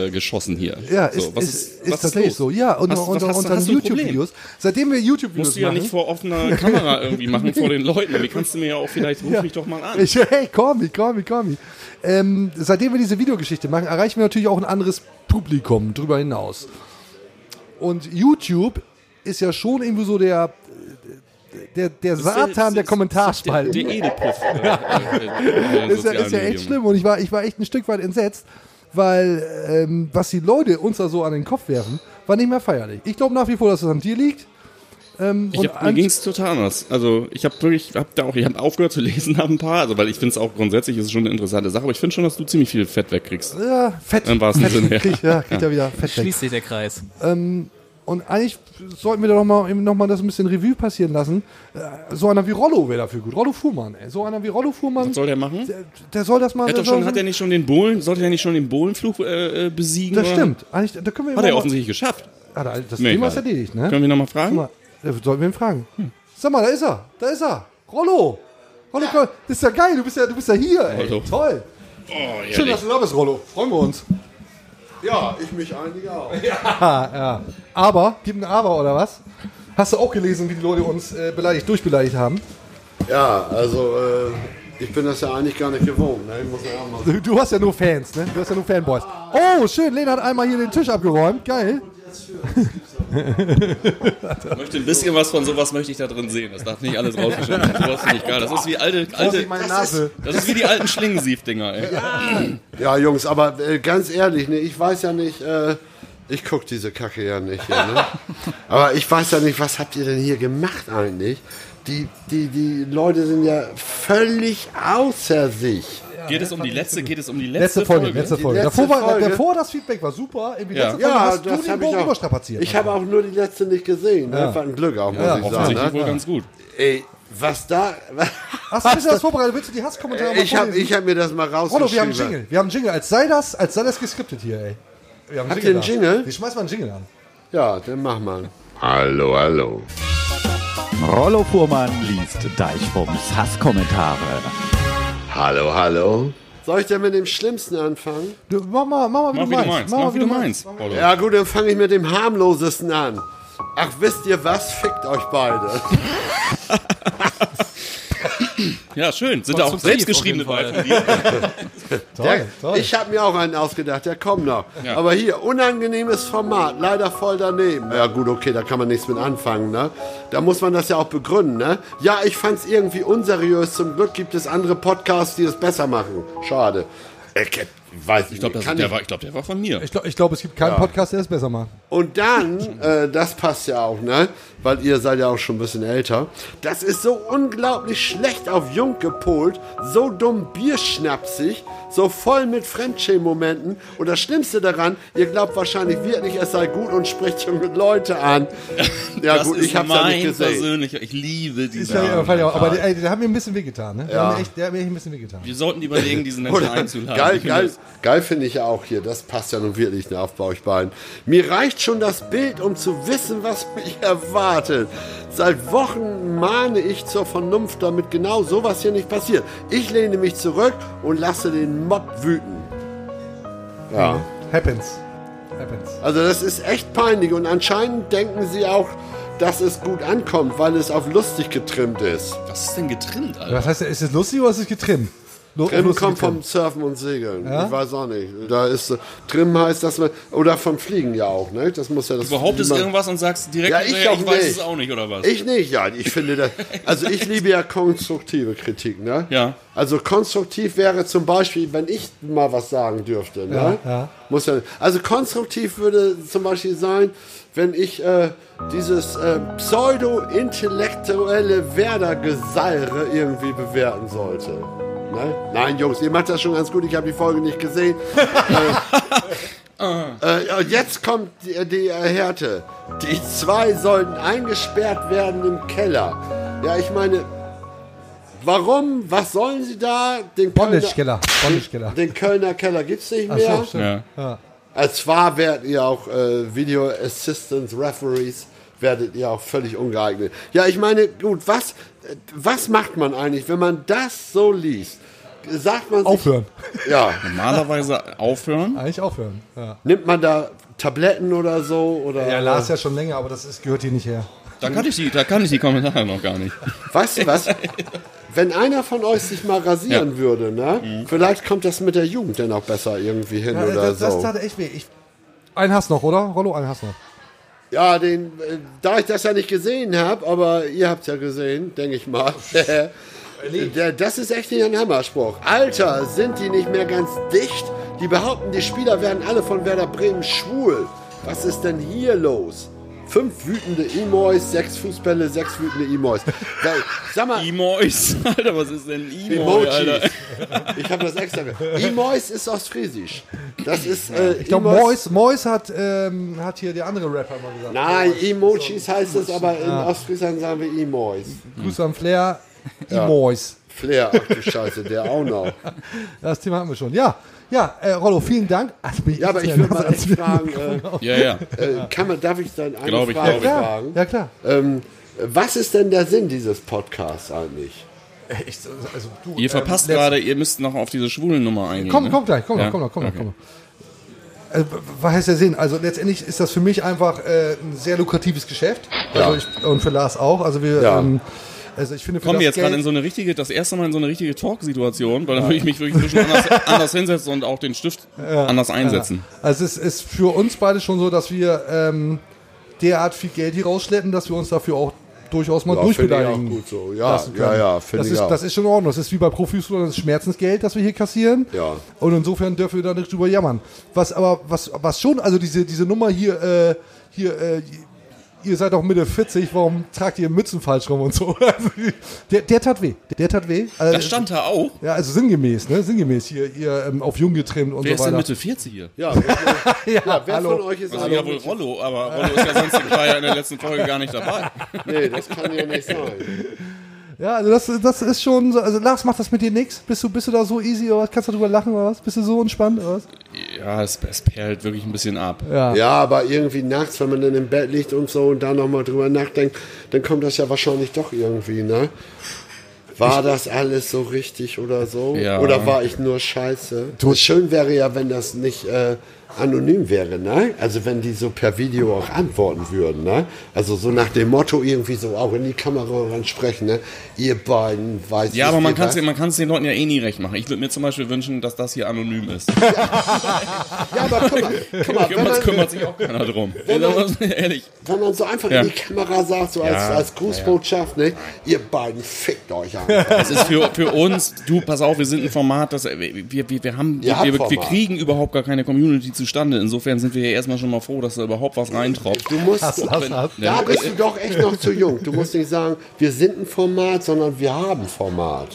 S5: äh, äh, geschossen hier.
S4: Ja,
S5: so,
S4: ist,
S5: was
S4: ist, ist,
S5: was
S4: tatsächlich
S5: los?
S4: so. Ja, und
S5: Hast-
S4: unter,
S5: was hast-
S4: unter
S5: hast du ein
S4: YouTube-Videos. Seitdem wir YouTube-Videos
S5: Musst du ja
S4: machen.
S5: nicht vor offener Kamera irgendwie machen, vor den Leuten. Wie kannst du mir ja auch
S4: <laughs>
S5: vielleicht, ruf mich doch mal an.
S4: Ich, hey, Corby, Corby, Corby. Ähm, seitdem wir diese Videogeschichte machen, erreichen wir natürlich auch ein anderes Publikum drüber hinaus. Und YouTube ist ja schon irgendwie so der, der, der Satan der Kommentarspalten.
S5: Der, der Edelpuff.
S4: <laughs>
S5: Äh, äh,
S4: Das ist halt ja, ist ja echt schlimm und ich war, ich war echt ein Stück weit entsetzt, weil ähm, was die Leute uns da so an den Kopf werfen, war nicht mehr feierlich. Ich glaube nach wie vor, dass es an dir liegt. Ähm,
S5: Ich hab, mir
S4: an-
S5: ging es total anders. Also ich habe wirklich, hab da auch, ich habe aufgehört zu lesen, habe ein paar, also weil ich finde es auch grundsätzlich ist es schon eine interessante Sache, aber ich finde schon, dass du ziemlich viel Fett wegkriegst.
S4: ja, fett.
S5: Im wahrsten
S4: fett,
S5: Sinne, ja.
S4: Krieg, ja, kriegt er wieder fett weg.
S9: Schließt sich der Kreis.
S4: Und eigentlich sollten wir da nochmal noch mal das ein bisschen Revue passieren lassen. Äh, So einer wie Rollo wäre dafür gut. Rollo Fuhrmann, ey. So einer wie Rollo Fuhrmann,
S5: Was soll der machen?
S4: der, der soll das mal.
S5: Er hat,
S4: der
S5: doch schon,
S4: soll,
S5: hat er nicht schon den Bohlen, sollte er nicht schon den Bohlenfluch äh, äh, besiegen?
S4: das
S5: oder?
S4: stimmt. Eigentlich, da können wir
S5: Hat
S4: immer
S5: er ja
S4: mal-
S5: offensichtlich geschafft.
S4: Hat er- das
S5: Nee,
S4: Thema ist
S5: egal.
S4: erledigt, ne?
S5: Können Hm. wir nochmal fragen?
S4: Mal, äh, Sollen wir ihn fragen? Sag mal, da ist er. Da ist er. Rollo. Rollo, komm, das ist ja geil. Du bist ja, du bist ja hier. Ey.
S5: Rollo.
S4: Toll.
S5: Oh,
S4: Schön,
S5: ehrlich.
S4: dass du da bist, Rollo. Freuen wir uns.
S3: Ja, ich mich einige auch.
S4: Aber, gibt ein Aber oder was? Hast du auch gelesen, wie die Leute uns äh, beleidigt, durchbeleidigt haben?
S3: Ja, also äh, ich bin das ja eigentlich gar nicht gewohnt. Ne? Ich muss ja auch mal
S4: Du, du hast ja nur Fans, ne? Du hast ja nur Fanboys. Oh, schön. Lena hat einmal hier den Tisch abgeräumt. Geil.
S5: Ich möchte ein bisschen was von sowas möchte ich da drin sehen. Das darf nicht alles rausgeschnitten werden. Sowas finde ich geil. Das ist wie alte, alte
S4: Vorsicht, meine Nase.
S5: das ist wie die alten Schlingensief-Dinger, ey.
S3: Ja, Jungs, aber äh, ganz ehrlich, ne, ich weiß ja nicht, äh, ich guck diese Kacke ja nicht hier, ne? Aber ich weiß ja nicht, was habt ihr denn hier gemacht eigentlich? Die, die, die Leute sind ja völlig außer sich.
S5: Geht es um die letzte, geht es um die letzte,
S4: Letzte Folge, letzte Folge.
S3: letzte
S4: Davor, war,
S3: Folge.
S4: davor das Feedback war super. In die
S5: Ja.
S4: letzte Folge
S3: Ja,
S4: hast du
S3: das
S4: den
S3: hab
S4: Bogen
S3: ich auch.
S4: überstrapaziert.
S3: Ich habe auch nur die letzte nicht gesehen. Ne? War ein Glück auch, muss ich sagen.
S5: Offensichtlich
S3: Ne?
S5: wohl ganz gut.
S3: Ey, was da.
S4: Hast du ein bisschen das vorbereitet? Willst du die Hasskommentare mal
S3: ich habe
S4: vorlesen?
S3: ich hab mir das mal rausgeschrieben.
S4: Rollo, wir haben einen Jingle. Wir haben einen Jingle. Als sei das, als sei das geskriptet hier, ey. Wir haben
S3: Habt ihr einen
S4: da.
S3: Jingle?
S4: Wir schmeißen mal einen Jingle an.
S3: Ja, dann mach mal.
S1: Hallo, hallo.
S2: Rollo Fuhrmann liest Deichbombs Hasskommentare.
S1: Hallo, hallo.
S3: Soll ich denn mit dem Schlimmsten anfangen?
S4: Du, mach mal, mach mal, wie
S5: Mach wie
S4: du
S5: du
S4: meinst.
S5: meinst.
S4: mal,
S5: Mach wie du meinst. Paulo.
S3: Ja gut, dann fange ich mit dem harmlosesten an. Ach, wisst ihr was? Fickt euch beide.
S5: Ja, schön. Sind da auch
S9: Konstruktiv
S5: selbstgeschriebene
S9: auf jeden
S5: bei von dir?
S3: Der,
S4: Toll, toll.
S3: Ich habe mir auch einen ausgedacht, der kommt noch.
S5: Ja.
S3: Aber hier, unangenehmes Format, leider voll daneben. Ja gut, okay, da kann man nichts mit anfangen, ne? Da muss man das ja auch begründen, ne? Ja, ich fand's irgendwie unseriös. Zum Glück gibt es andere Podcasts, die es besser machen. Schade. Ich weiß
S5: Ich glaube,
S3: nicht, kann
S5: der,
S3: ich-
S5: war- ich glaub, der war von mir.
S4: Ich glaube, glaub, es gibt keinen Podcast, der es besser macht.
S3: Und dann, äh, das passt ja auch, ne? Weil ihr seid ja auch schon ein bisschen älter. Das ist so unglaublich schlecht auf Jung gepolt, so dumm bierschnapsig, so voll mit Fremdschämen-Momenten. Und das Schlimmste daran, ihr glaubt wahrscheinlich wirklich, es sei gut und spricht junge Leute
S5: <laughs>
S3: an. Ja
S5: das
S3: gut,
S5: ist
S3: ich hab's ja
S5: mein
S3: nicht gesehen.
S5: persönlich. Ich liebe
S4: Ist
S5: diese
S4: ja,
S5: Namen.
S4: ja, ja, aber der, ey, der hat mir ein bisschen wehgetan, ne? Der
S3: Ja.
S4: hat mir echt, der hat mir echt ein bisschen wehgetan.
S5: Wir sollten überlegen, diesen Menschen
S3: <laughs> Oder,
S5: <laughs> einzuladen.
S3: geil,
S5: Ich finde
S3: geil,
S5: das-
S3: geil finde ich ja auch hier. Das passt ja nun wirklich auf bei euch beiden. Mir reicht schon das Bild, um zu wissen, was mich erwartet. Seit Wochen mahne ich zur Vernunft, damit genau sowas hier nicht passiert. Ich lehne mich zurück und lasse den Mob wüten. Ja.
S4: Happens. Happens.
S3: Also das ist echt peinlich und anscheinend denken sie auch, dass es gut ankommt, weil es auf lustig getrimmt ist.
S5: Was ist denn getrimmt, Alter?
S4: Was heißt, ist es lustig oder ist es getrimmt? Lu-
S3: Trim
S4: lustig
S3: kommt vom
S4: getrimmt.
S3: Surfen und Segeln.
S4: Ja?
S3: Ich weiß auch nicht. Da ist äh, Trim heißt, dass man oder vom Fliegen ja auch, ne? Das muss ja das.
S5: Überhaupt ist
S3: man-
S5: irgendwas und sagst direkt,
S3: Ja, ich
S5: hinterher,
S3: auch
S5: weiß
S3: nicht.
S5: es auch nicht, oder was?
S3: Ich nicht, ja. Ich finde
S5: <laughs>
S3: das. Also ich liebe ja konstruktive Kritik, ne?
S5: Ja.
S3: Also konstruktiv wäre zum Beispiel, wenn ich mal was sagen dürfte, ne?
S4: Ja, ja.
S3: Muss ja. Also konstruktiv würde zum Beispiel sein, wenn ich äh, dieses äh, pseudo-intellektuelle Werder-Gesalre irgendwie bewerten sollte. Ne? Nein, Jungs, ihr macht das schon ganz gut. Ich habe die Folge nicht gesehen. Äh, ja, jetzt kommt die, die äh, Härte. Die zwei sollten eingesperrt werden im Keller. Ja, ich meine, warum? Was sollen sie da? Den
S4: Bondage-Keller. Bondage-Keller.
S3: Den, den Kölner Keller gibt's nicht
S4: Ach so,
S3: mehr.
S4: stimmt.
S5: Ja.
S3: Als zwar werdet ihr auch äh, Video Assistance Referees werdet ihr auch völlig ungeeignet. Ja, ich meine, gut, was, äh, was macht man eigentlich, wenn man das so liest? Sagt man sich,
S4: Aufhören.
S3: Ja,
S5: Normalerweise aufhören.
S4: Eigentlich aufhören. Ja.
S3: nimmt man da Tabletten oder so oder?
S4: ja, Lars ja schon länger, aber das ist, gehört hier nicht her.
S5: Da kann ich die, da kann ich die Kommentare noch gar nicht.
S3: Weißt du
S4: <laughs>
S3: was? Wenn einer von euch sich mal rasieren würde, ne? Vielleicht kommt das mit der Jugend dann auch besser irgendwie hin oder
S4: Mhm. das, das
S3: so.
S4: tat echt weh. Ich, ein Hass noch, oder? Rollo, ein Hass noch.
S3: ja, den, äh, da ich das ja nicht gesehen habe, aber ihr habt ja gesehen, denke ich
S4: <laughs>
S3: mal. Der- das ist echt nicht ein Hammerspruch. Alter, sind die nicht mehr ganz dicht? Die behaupten, die Spieler werden alle von Werder Bremen schwul. Was ist denn hier los? Fünf wütende Emois, sechs Fußbälle, sechs wütende Emois. Weil, Sag
S4: <laughs>
S3: mal,
S5: Emois, <laughs> Alter, was ist denn Emo, Alter?
S3: Emojis. <laughs> Ich habe das extra. ge- Emois ist ostfriesisch. Das ist. Äh,
S4: Ich glaube, Mois, Mois hat, ähm, hat hier der andere Rapper mal gesagt.
S3: Nein, Emojis heißt es, aber in Ostfriesland sagen wir Emois.
S4: Grüße an Flair. Mois.
S3: Flair, ach du Scheiße, der auch noch.
S4: Das Thema hatten wir schon. Ja, ja, äh, Rollo, vielen Dank. Also bin
S3: Ja, aber
S4: jetzt
S3: ich
S4: mehr
S3: würde mal
S4: nass als
S3: echt
S4: wir-
S3: fragen,
S4: <laughs> Genau.
S3: äh,
S5: Ja, ja.
S3: äh, kann man, darf ich dann eine
S5: Glaub ich,
S3: Frage
S5: glaub ich.
S4: Ja,
S3: fragen?
S4: ja, klar.
S3: Ähm, was ist denn der Sinn dieses Podcasts eigentlich?
S4: Ich, also, du,
S5: Ihr verpasst
S4: ähm,
S5: gerade, ihr müsst noch auf diese schwulen Nummer eingehen.
S4: Komm,
S5: ne?
S4: komm gleich, komm
S5: Ja,
S4: noch, komm noch, komm noch,
S5: okay.
S4: komm noch. Äh, w- was heißt der Sinn? Also letztendlich ist das für mich einfach äh, ein sehr lukratives Geschäft. Also
S3: Ja.
S4: ich, und für Lars auch. Also wir,
S3: Ja.
S4: ähm, also ich finde, für
S5: Kommen
S4: das
S5: wir jetzt gerade in
S4: Geld-
S5: so eine richtige, das erste Mal in so eine richtige Talk-Situation, weil dann würde ich mich wirklich ein bisschen
S3: <laughs>
S5: anders, anders hinsetzen und auch den Stift anders einsetzen.
S4: Also es ist für uns beide schon so, dass wir ähm, derart viel Geld hier rausschleppen, dass wir uns dafür auch durchaus mal
S3: Ja,
S4: durchbeleidigen.
S3: finde ich auch gut so. Ja,
S4: lassen können.
S3: ja, ja, finde
S4: das
S3: ich
S4: ist,
S3: auch.
S4: Das ist schon in Ordnung. Das ist wie bei Profifußball das Schmerzensgeld, das wir hier kassieren.
S3: Ja.
S4: Und insofern dürfen wir da nicht drüber jammern. Was aber, was, was schon, also diese, diese Nummer hier, äh, hier, äh, ihr seid doch Mitte 40, warum tragt ihr Mützen falsch rum und so? <laughs> Also, der, der tat weh. Der tat weh. Also,
S5: Das stand da auch.
S4: ja, also sinngemäß, ne? Sinngemäß hier, ihr ähm, auf jung getrimmt und
S5: Wer ist
S4: so
S5: denn
S4: weiter.
S5: Mitte 40 hier?
S3: Ja, wer-
S4: <laughs> ja,
S3: wer
S4: hallo.
S3: von euch ist
S5: Also ja wohl Rollo, aber Rollo ist ja sonst war ja in der letzten Folge gar nicht dabei.
S3: Nee, das kann ja nicht sein.
S4: Ja, also das, das ist schon so. Also Lars, macht das mit dir nix? Bist du, bist du da so easy oder was? Kannst du darüber lachen oder was? Bist du so entspannt oder was?
S5: ja, es, es perlt wirklich ein bisschen ab.
S3: Ja. aber irgendwie nachts, wenn man dann im Bett liegt und so und da nochmal drüber nachdenkt, dann kommt das ja wahrscheinlich doch irgendwie, ne? War das alles so richtig oder so?
S5: Ja.
S3: Oder war ich nur scheiße? Schön wäre ja, wenn das nicht äh, anonym wäre, ne? Also wenn die so per Video auch antworten würden, ne? Also so nach dem Motto irgendwie so auch in die Kamera ran sprechen, ne? Ihr beiden, weiß
S5: Ja,
S3: ich,
S5: aber man
S3: ihr
S5: kann es
S3: weiß-
S5: den, man kann's den Leuten ja eh nie recht machen. Ich würde mir zum Beispiel wünschen, dass das hier
S3: <laughs>
S5: anonym ist.
S3: Ja, aber guck
S5: <laughs>
S3: mal, guck mal wenn
S5: Kümmert,
S3: man,
S5: kümmert sich auch keiner drum.
S3: <laughs> Wenn man-
S5: Also, <laughs> Ehrlich.
S3: Wenn man so einfach
S5: Ja.
S3: in die Kamera sagt, so als,
S5: Ja,
S3: als Grußbotschaft, ne? Ihr beiden fickt euch
S5: <laughs>
S3: Also einfach.
S5: Das ist für, für uns, du, pass auf, wir sind ein Format, das, äh, wir, wir, wir, wir, haben,
S3: Ihr
S5: wir,
S3: habt
S5: wir, wir
S3: Format.
S5: kriegen überhaupt gar keine Community zustande. Insofern sind wir ja erstmal schon mal froh, dass da überhaupt was reintropft.
S3: Du musst,
S5: Wenn- ne?
S3: da
S5: Ja.
S3: bist du doch echt noch zu jung. Du musst nicht sagen, wir sind ein Format, sondern wir haben Format.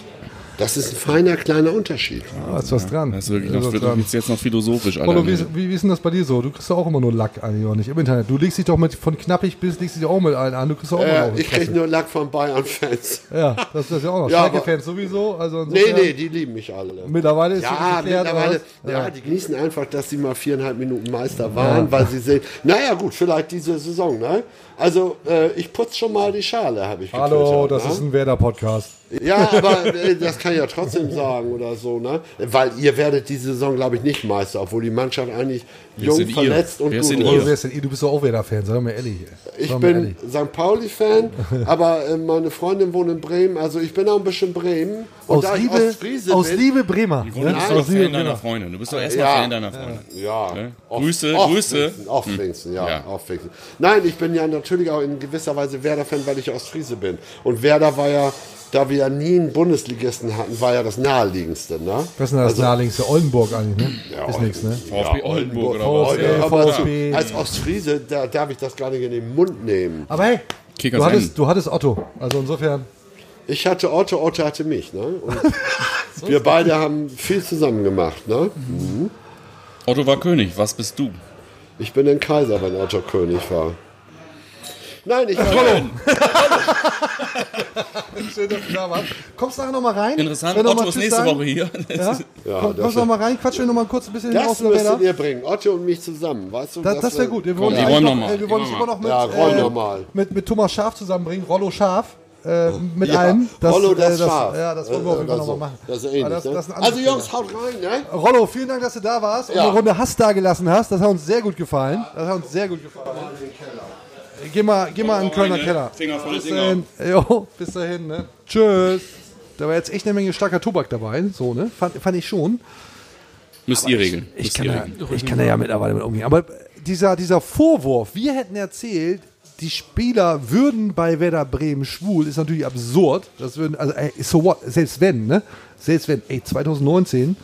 S3: Das ist ein feiner kleiner Unterschied.
S4: Da Ah, ist was dran. Da
S5: ist wirklich noch, wird uns jetzt noch philosophisch,
S4: Polo,
S5: Alter.
S4: wie, ist- wie, wie ist denn das bei dir so? Du kriegst doch auch immer nur Lack eigentlich oder nicht? Im Internet. Du legst dich doch mit von knappig bis legst dich auch mit allen an. Du kriegst doch auch immer
S3: Äh,
S4: noch
S3: ich krieg nur Lack von Bayern-Fans.
S4: Ja, das ist ja auch noch.
S3: Ja,
S4: Schalke-Fans sowieso. Also
S3: Nee,
S4: insofern-
S3: nee, die lieben mich alle.
S4: Mittlerweile ist
S3: ja,
S4: es geklärt,
S3: mittlerweile,
S4: oder was?
S3: ja,
S4: Ja.
S3: die genießen einfach, dass sie mal viereinhalb Minuten Meister waren, weil sie sehen, naja gut, vielleicht diese Saison, ne? Also, äh, ich putze schon mal die Schale, habe ich
S4: Hallo,
S3: getwittert,
S4: das
S3: ne?
S4: ist ein Werder-Podcast.
S3: Ja, aber äh, das kann ich ja trotzdem sagen oder so, ne? Weil ihr werdet diese Saison, glaube ich, nicht Meister, obwohl die Mannschaft eigentlich jung,
S5: sind ihr?
S3: verletzt und
S5: Wer
S3: gut
S5: sind
S3: ist.
S5: ihr?
S4: Oder wer ist denn ihr? Du bist doch auch Werder-Fan, sei doch mal ehrlich.
S3: Ich
S4: Sei mal
S3: bin
S4: ehrlich.
S3: St. Pauli-Fan, aber äh, meine Freundin wohnt in Bremen, also ich bin auch ein bisschen Bremen. Und
S4: Aus
S3: da ich
S4: Liebe-
S3: Ostfriese
S4: aus
S3: bin-
S4: Liebe Bremer. ne?
S5: Im Grunde
S3: Ja,
S5: bist du doch
S3: ich sehe
S5: Fan deiner
S3: genau.
S5: Freundin. Du bist doch erstmal
S3: Ja.
S5: Fan deiner Freundin.
S3: Ja.
S5: Ne?
S3: Off-
S5: Grüße,
S3: off-
S5: Grüße. Hm.
S3: Off Pfingsten, ja,
S5: Ja.
S3: off Pfingsten. Nein, ich bin ja natürlich auch in gewisser Weise Werder-Fan, weil ich Ostfriese bin. Und Werder war ja, da wir ja nie einen Bundesligisten hatten, war ja das naheliegendste, ne?
S4: Was ist denn das naheliegendste? Oldenburg eigentlich, ne? ist nichts, ne?
S5: VfB Oldenburg oder was?
S4: VfB,
S3: Ja, aber
S4: VfB.
S3: Als Ostfriese, da darf ich das gar nicht in den Mund nehmen.
S4: Aber hey,
S5: Kickers
S4: du
S5: N.
S4: hattest, du hattest Otto. Also insofern.
S3: Ich hatte Otto, Otto hatte mich, ne?
S4: <laughs>
S3: Und wir beide haben viel zusammen gemacht, ne? Mhm.
S5: Otto war König, was bist du?
S3: Ich bin ein Kaiser, wenn Otto König war. Nein, ich war.
S4: Schön, dass du da warst. Kommst nachher nochmal rein?
S5: Interessant,
S4: Wenn du
S5: Otto
S4: noch mal
S5: ist
S4: Tschüss
S5: nächste
S4: sagen?
S5: Woche hier.
S4: Ja?
S3: Ja,
S4: Komm,
S3: das
S4: kommst
S3: wär-
S4: nochmal rein, quatschen wir nochmal kurz ein bisschen
S3: Das
S4: aus der
S3: müsstet
S4: Werder.
S3: ihr bringen, Otto und mich zusammen, weißt du?
S4: Das, das wäre
S3: wär-
S4: gut. Wir wollen
S5: die
S4: eigentlich
S5: wollen noch
S4: noch,
S5: mal.
S4: äh, wir
S5: Die
S4: wollen
S5: wollen
S4: dich immer noch mit,
S3: Ja, rollen
S4: äh,
S3: noch mal.
S4: mit, mit Thomas Schaf zusammenbringen. Rollo Schaf. Äh, mit
S3: Ja,
S4: allen.
S3: Rollo, das
S4: äh,
S3: Schaf.
S4: Ja, das wollen wir auf jeden Fall
S3: das
S4: nochmal
S3: so-
S4: machen.
S3: Das ist
S4: Aber
S3: ähnlich,
S4: das-
S3: ne?
S4: das ist ein
S3: Also
S4: anderes
S3: Jungs, haut rein, ne?
S4: Rollo, vielen Dank, dass du da warst und
S3: Ja.
S4: eine Runde Hass da gelassen hast. Das hat uns sehr gut gefallen. Das hat uns sehr gut gefallen. Geh mal, geh mal in den Kölner Keller.
S5: Finger voll
S4: Bis dahin. Jo, bis dahin, ne? Tschüss. Da war jetzt echt eine Menge starker Tobak dabei, so, ne? Fand, fand ich schon.
S5: Müsst ihr regeln.
S4: Ich
S5: Müsst
S4: kann,
S5: ihr
S4: da,
S5: regeln.
S4: ich kann da ja mittlerweile mit umgehen. Aber dieser, dieser Vorwurf, wir hätten erzählt, die Spieler würden bei Werder Bremen schwul, ist natürlich absurd. Das würden, also, ey, so what? Selbst wenn, ne? Selbst wenn, ey, 2019,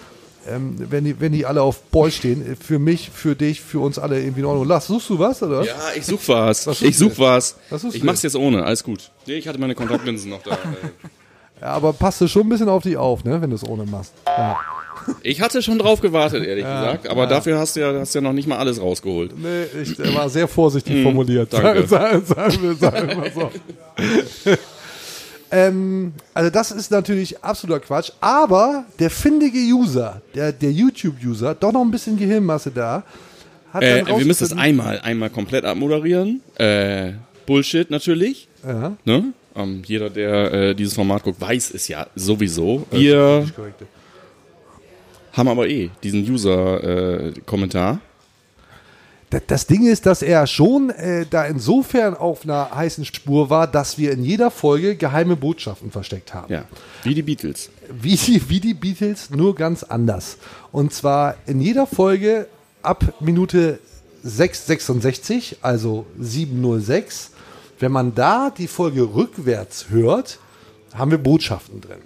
S4: ähm, wenn, die, wenn die alle auf Boy stehen, äh, für mich, für dich, für uns alle irgendwie in Ordnung. Lass, suchst du was, oder?
S5: Ja, ich such was.
S4: Was
S5: ich
S4: suchst
S5: such
S4: du?
S5: was.
S4: Was suchst
S5: ich
S4: du?
S5: mach's jetzt ohne, alles gut. Nee, ich hatte meine Kontaktlinsen noch da. äh.
S4: <laughs> Ja, aber passt du schon ein bisschen auf dich auf, ne? Wenn du es ohne machst. Ja.
S5: Ich hatte schon drauf gewartet, ehrlich gesagt. Aber dafür hast du ja, hast ja noch nicht mal alles rausgeholt.
S4: Nee, ich äh, war sehr vorsichtig formuliert.
S5: Mhm. danke.
S4: Sagen, sagen wir, sagen wir so. <laughs> ähm, also das ist natürlich absoluter Quatsch, aber der findige User, der, der YouTube-User, doch noch ein bisschen Gehirnmasse da, hat
S5: Äh,
S4: dann
S5: wir müssen das
S4: rausgefunden-
S5: einmal, einmal komplett abmoderieren. Äh, Bullshit natürlich.
S4: Ja.
S5: Ne? Ähm, jeder, der äh, dieses Format guckt, weiß es ja sowieso. Wir haben aber eh diesen User-Kommentar.
S4: Da- Das Ding ist, dass er schon äh, da insofern auf einer heißen Spur war, dass wir in jeder Folge geheime Botschaften versteckt haben.
S5: ja. Wie die Beatles.
S4: wie die, wie die Beatles, nur ganz anders. Und zwar in jeder Folge ab Minute 666, also 706. Wenn man da die Folge rückwärts hört, haben wir Botschaften drin.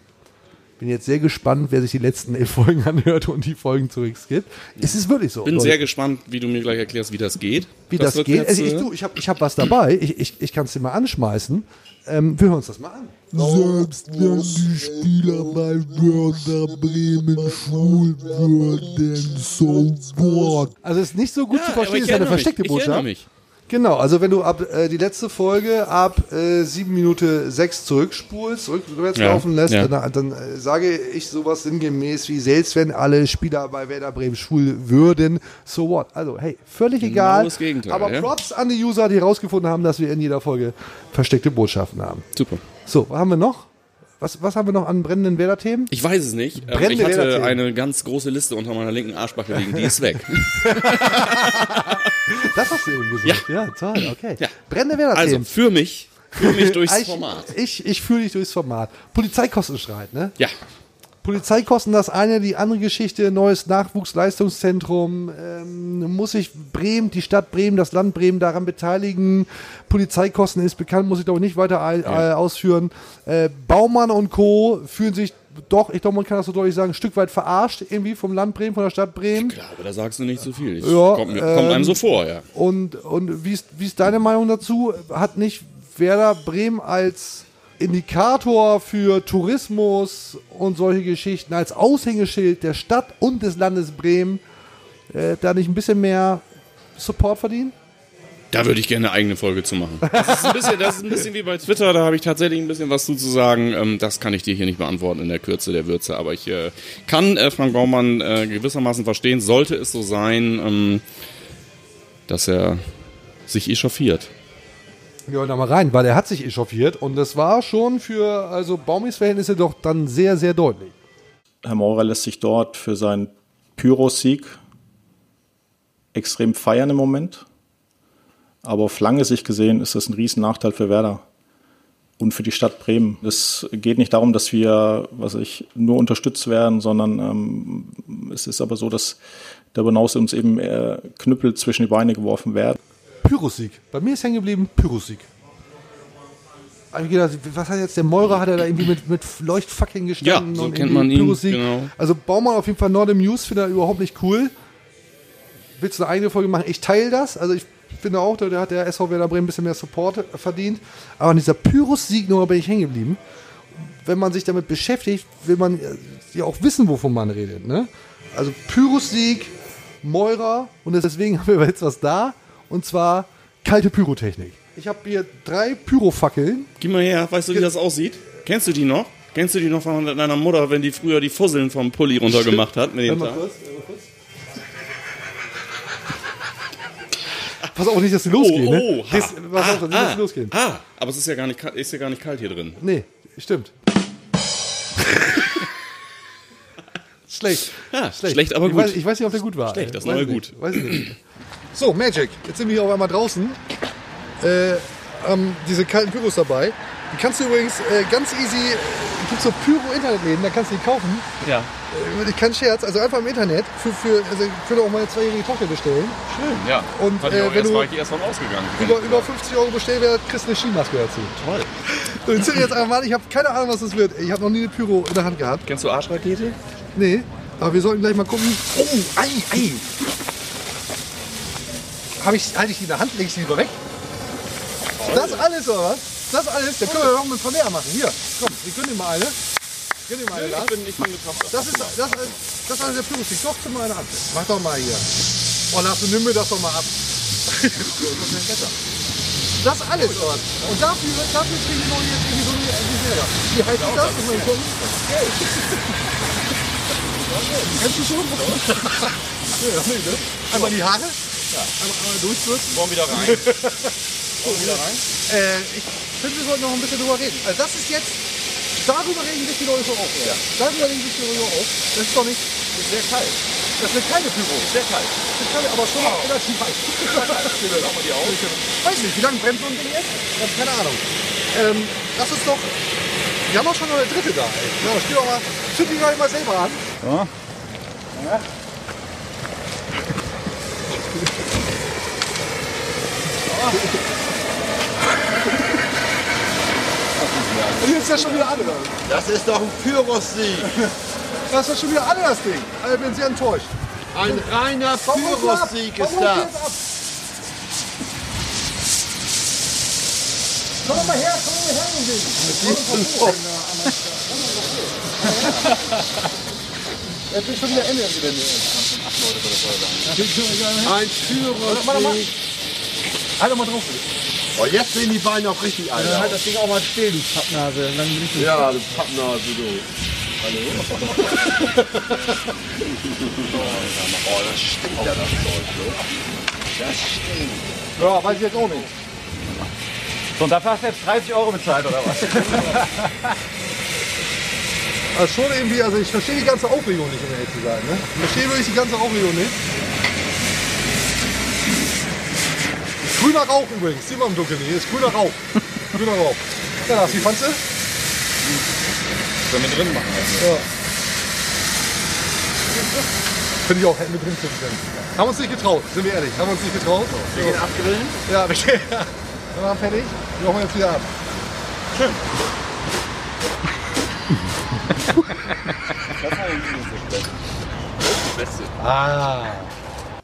S4: Bin jetzt sehr gespannt, wer sich die letzten elf Folgen anhört und die Folgen zurückskippt. Es ist wirklich so.
S5: Bin
S4: Leute
S5: sehr gespannt, wie du mir gleich erklärst, wie das geht.
S4: wie das,
S5: wird
S4: geht.
S5: jetzt,
S4: also ich,
S5: äh,
S4: du, ich habe ich hab was dabei. Ich, ich, ich kann es dir mal anschmeißen. Ähm, wir hören uns das mal an. Selbst wenn die Spieler bei Werder Bremen schwul würden, so what? Also es ist nicht so gut zu
S5: aber
S4: verstehen,
S5: ich
S4: Also es ist eine
S5: erinnere mich,
S4: versteckte
S5: ich erinnere
S4: Botschaft.
S5: mich.
S4: Genau, also wenn du ab äh, die letzte Folge ab äh, 7 Minute 6 zurückspulst, rückwärts
S5: Ja,
S4: laufen lässt,
S5: ja.
S4: dann, dann äh, sage ich sowas sinngemäß wie, selbst wenn alle Spieler bei Werder Bremen schwul würden, so what? Also hey, völlig
S5: Genau
S4: egal.
S5: das Gegenteil,
S4: aber
S5: ja.
S4: Props an die User, die herausgefunden haben, dass wir in jeder Folge versteckte Botschaften haben.
S5: Super.
S4: So, was haben wir noch? Was, was haben wir noch an brennenden Werder-Themen?
S5: Ich weiß es nicht. Ähm,
S4: Brennende
S5: ich hatte
S4: Werder-Themen.
S5: eine ganz große Liste unter meiner linken Arschbacke liegen.
S4: <laughs>
S5: Die ist weg.
S4: Das hast du eben gesagt. Ja, toll, okay. Brennende
S5: Also
S4: Werder-Themen.
S5: für mich, für mich durchs
S4: ich,
S5: Format.
S4: Ich, ich fühle dich durchs Format. Polizeikostenstreit, ne?
S5: Ja.
S4: Polizeikosten, das eine, die andere Geschichte, neues Nachwuchsleistungszentrum, ähm, muss sich Bremen, die Stadt Bremen, das Land Bremen daran beteiligen. Polizeikosten ist bekannt, muss ich glaube ich nicht weiter ei- äh, ausführen. Äh, Baumann und Co. fühlen sich doch, ich glaube, man kann das so deutlich sagen, ein Stück weit verarscht irgendwie vom Land Bremen, von der Stadt Bremen.
S5: Aber da sagst du nicht so viel. Ich,
S4: Ja,
S5: kommt, mir,
S4: ähm,
S5: kommt einem so vor, ja.
S4: Und, und wie, ist, wie ist deine Meinung dazu? Hat nicht Werder Bremen als Indikator für Tourismus und solche Geschichten, als Aushängeschild der Stadt und des Landes Bremen, äh, da nicht ein bisschen mehr Support verdient?
S5: Da würde ich gerne eine eigene Folge zu machen. Das ist ein bisschen, das ist ein bisschen wie bei Twitter, da habe ich tatsächlich ein bisschen was zu zu sagen. Ähm, das kann ich dir hier nicht beantworten in der Kürze der Würze, aber ich äh, kann äh, Frank Baumann äh, gewissermaßen verstehen, sollte es so sein, ähm, dass er sich echauffiert.
S4: Ja, da mal rein, weil er hat sich echauffiert und das war schon für also Baumis Verhältnisse doch dann sehr, sehr deutlich.
S12: Herr Maurer lässt sich dort für seinen Pyrosieg extrem feiern im Moment. Aber auf lange Sicht gesehen ist das ein Riesennachteil für Werder und für die Stadt Bremen. Es geht nicht darum, dass wir, was weiß ich, nur unterstützt werden, sondern ähm, es ist aber so, dass darüber hinaus uns eben äh, Knüppel zwischen die Beine geworfen werden.
S4: Pyrosieg. Bei mir ist hängen geblieben Pyrosieg. Hab ich gedacht, was hat jetzt der Meurer? Hat er da irgendwie mit, mit Leuchtfackeln gestanden?
S5: Ja, so
S4: und
S5: kennt
S4: irgendwie
S5: man ihn,
S4: Pyrosieg?
S5: genau.
S4: Also Baumann auf jeden Fall not amused, finde er überhaupt nicht cool. Willst du eine eigene Folge machen? Ich teile das. Also ich finde auch, da hat der SV Werder Bremen ein bisschen mehr Support verdient. Aber an dieser Pyrosieg nur bin ich hängen geblieben. Wenn man sich damit beschäftigt, will man äh, ja auch wissen, wovon man redet. Ne? Also Pyrosieg, Meurer und deswegen <laughs> haben wir jetzt was da. Und zwar kalte Pyrotechnik. Ich habe hier drei Pyrofackeln.
S5: Gib mal her, weißt du, wie das aussieht? Kennst du die noch? Kennst du die noch von deiner Mutter, wenn die früher die Fusseln vom Pulli runtergemacht hat? Mit dem
S4: Warte mal
S5: Tag?
S4: kurz, warte mal kurz. Pass auf nicht, dass sie losgehen.
S5: oh,
S4: ne?
S5: ha,
S4: Dies- pass auf, nicht, dass
S5: ah,
S4: sie losgehen.
S5: ah, aber es ist ja gar nicht, ka- ist ja gar nicht kalt hier drin.
S4: Nee,
S5: <laughs>
S4: stimmt. Ah, schlecht.
S5: Ja, schlecht, aber
S4: ich
S5: gut.
S4: Weiß, ich weiß nicht, ob der gut war.
S5: Schlecht, das
S4: Weiß
S5: neue
S4: ich
S5: Gut.
S4: Nicht. Weiß ich nicht. So, Magic. Jetzt sind wir hier auf einmal draußen. Äh, haben diese kalten Pyros dabei. Die kannst du übrigens äh, ganz easy. Es gibt so Pyro-Internetläden, da kannst du die kaufen.
S9: Ja.
S4: Äh, Ich kann Scherz, also einfach im Internet. Für, für, also ich würde auch meine zweijährige Tochter bestellen. Schön.
S5: Ja,
S4: Und,
S5: Hatte ich
S4: äh,
S5: auch,
S4: wenn
S5: erst
S4: du-
S5: war ich erst von ausgegangen.
S4: Über, über 50 Euro Bestellwert kriegst du eine Skimaske dazu. Toll. So, ich zünd jetzt einfach mal an. Ich habe keine Ahnung, was das wird. Ich habe noch nie eine Pyro in der Hand gehabt.
S5: Kennst du Arschrakete?
S4: Nee, aber wir sollten gleich mal gucken. Oh, ei, ei. Hab ich, halte ich die in der Hand, lege ich die lieber weg. Das alles, oder was? Das alles, da können wir noch ein paar mehr machen. Hier, komm, wir gönnen dir mal eine. Gönn dir mal eine. Lars. Das ist, das, ist- das ist alles der Pyrostik. Doch, zu meiner Hand. Mach doch mal hier. Oh, Lars, du nimm mir das doch mal ab. <laughs> Das alles, oder was? Und dafür, dafür kriegen wir jetzt irgendwie so eine Serie. Wie heißt das? Muss man gucken. Kennst du schon? ja, das nicht, ne? Einmal die Haare. Ja. Einmal, einmal durchwürzen.
S5: Morgen wieder
S4: <laughs>
S5: rein.
S4: Morgen wieder rein. Äh, ich finde, wir sollten noch ein bisschen drüber reden. Also das ist jetzt, darüber regen sich die Leute auf. Ja. Darüber regen sich die Leute auf. Das ist doch nicht... Das ist sehr kalt. Das wird keine Pyro. Sehr kalt. Das ist keine, aber schon auch relativ <laughs> heiß. Weiß nicht, wie lange brennt so ein Ding jetzt? Ich hab keine Ahnung. Ähm, das ist doch... Wir haben auch schon noch eine dritte da. Ey. Ja, spiel doch mal... Zünd die gerade mal selber an.
S9: Ja.
S4: Und jetzt ist ja schon wieder alle da.
S1: Das ist doch ein Pyrosieg.
S4: Das ist ja schon wieder alle das Ding. Also ich bin sehr enttäuscht.
S1: Ein reiner
S4: Warum holst du ab?
S1: Pyrosieg ist
S4: Warum holst du
S1: das.
S4: jetzt ab? Komm doch mal her, komm doch mal her, du Ding. <laughs> Jetzt ist schon wieder Ende am Gelände.
S1: Ein Pyrosieg. Halt doch mal drauf.
S3: Oh, jetzt sehen die Beine auch richtig alt
S13: dann
S3: aus.
S13: halt das Ding auch mal still, du Pappnase. Und dann bin ich
S3: Ja, du Pappnase, du.
S13: <laughs>
S3: Hallo?
S13: oh, das stinkt ja das Zeug, Das stinkt. Ja, weiß ich jetzt auch nicht. So, und dafür hast du jetzt 30 Euro bezahlt, oder was?
S4: <laughs> Also schon irgendwie, also ich verstehe die ganze Aufregung nicht, um ehrlich zu sein. Ne? Ich verstehe wirklich die ganze Aufregung nicht. Grüner Rauch übrigens, sieht man im Dunkeln hier, ist grüner Rauch. grüner Rauch. Ja, Lars, wie fandst du?
S5: Können wir drin machen.
S4: Ja. Finde ich auch, hätten wir drin finden können. Haben uns nicht getraut, sind wir ehrlich, haben uns nicht getraut. Wir gehen abgrillen? Ja, wir gehen. <laughs> Wir machen fertig, wir machen jetzt wieder ab. Schön.
S13: Ah.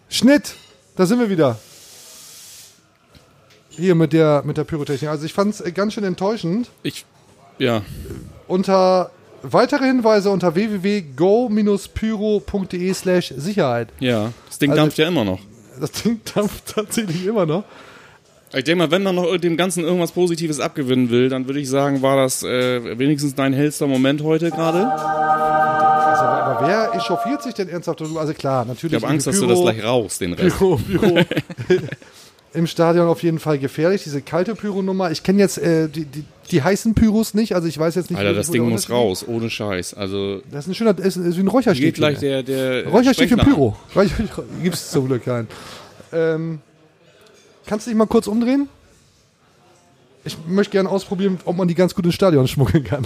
S4: Schnitt, da sind wir wieder. Hier mit der, mit der Pyrotechnik. Also ich fand es ganz schön enttäuschend.
S5: Ich, ja.
S4: Unter weitere Hinweise unter www.go-pyro.de slash Sicherheit.
S5: Ja, das Ding
S4: Also-
S5: dampft ja immer noch.
S4: Das Ding dampft tatsächlich immer noch.
S5: Ich denke mal, wenn man noch dem Ganzen irgendwas Positives abgewinnen will, dann würde ich sagen, war das äh, wenigstens dein hellster Moment heute gerade.
S4: Also, aber wer echauffiert sich denn ernsthaft darüber? Also klar,
S5: Ich
S4: natürlich.
S5: habe Angst, dass du das
S4: Pyro-
S5: gleich rauchst, den Rest.
S4: Pyro, <laughs> Pyro. Im Stadion auf jeden Fall gefährlich, diese kalte Pyro-Nummer. Ich kenne jetzt äh, die, die, die heißen Pyros nicht, also ich weiß jetzt nicht,
S5: Alter,
S4: wo-
S5: das
S4: wo der
S5: Ding muss
S4: Unterschied
S5: raus, ohne Scheiß. Also,
S4: Das ist ein schöner, ist, ist wie ein Räucherstäbchen.
S5: Geht gleich der- der
S4: Räucherstäbchen
S5: Sprengler
S4: Pyro. Gibt es zum Glück keinen. Ähm, kannst du dich mal kurz umdrehen? Ich möchte gerne ausprobieren, ob man die ganz gut ins Stadion schmuggeln kann.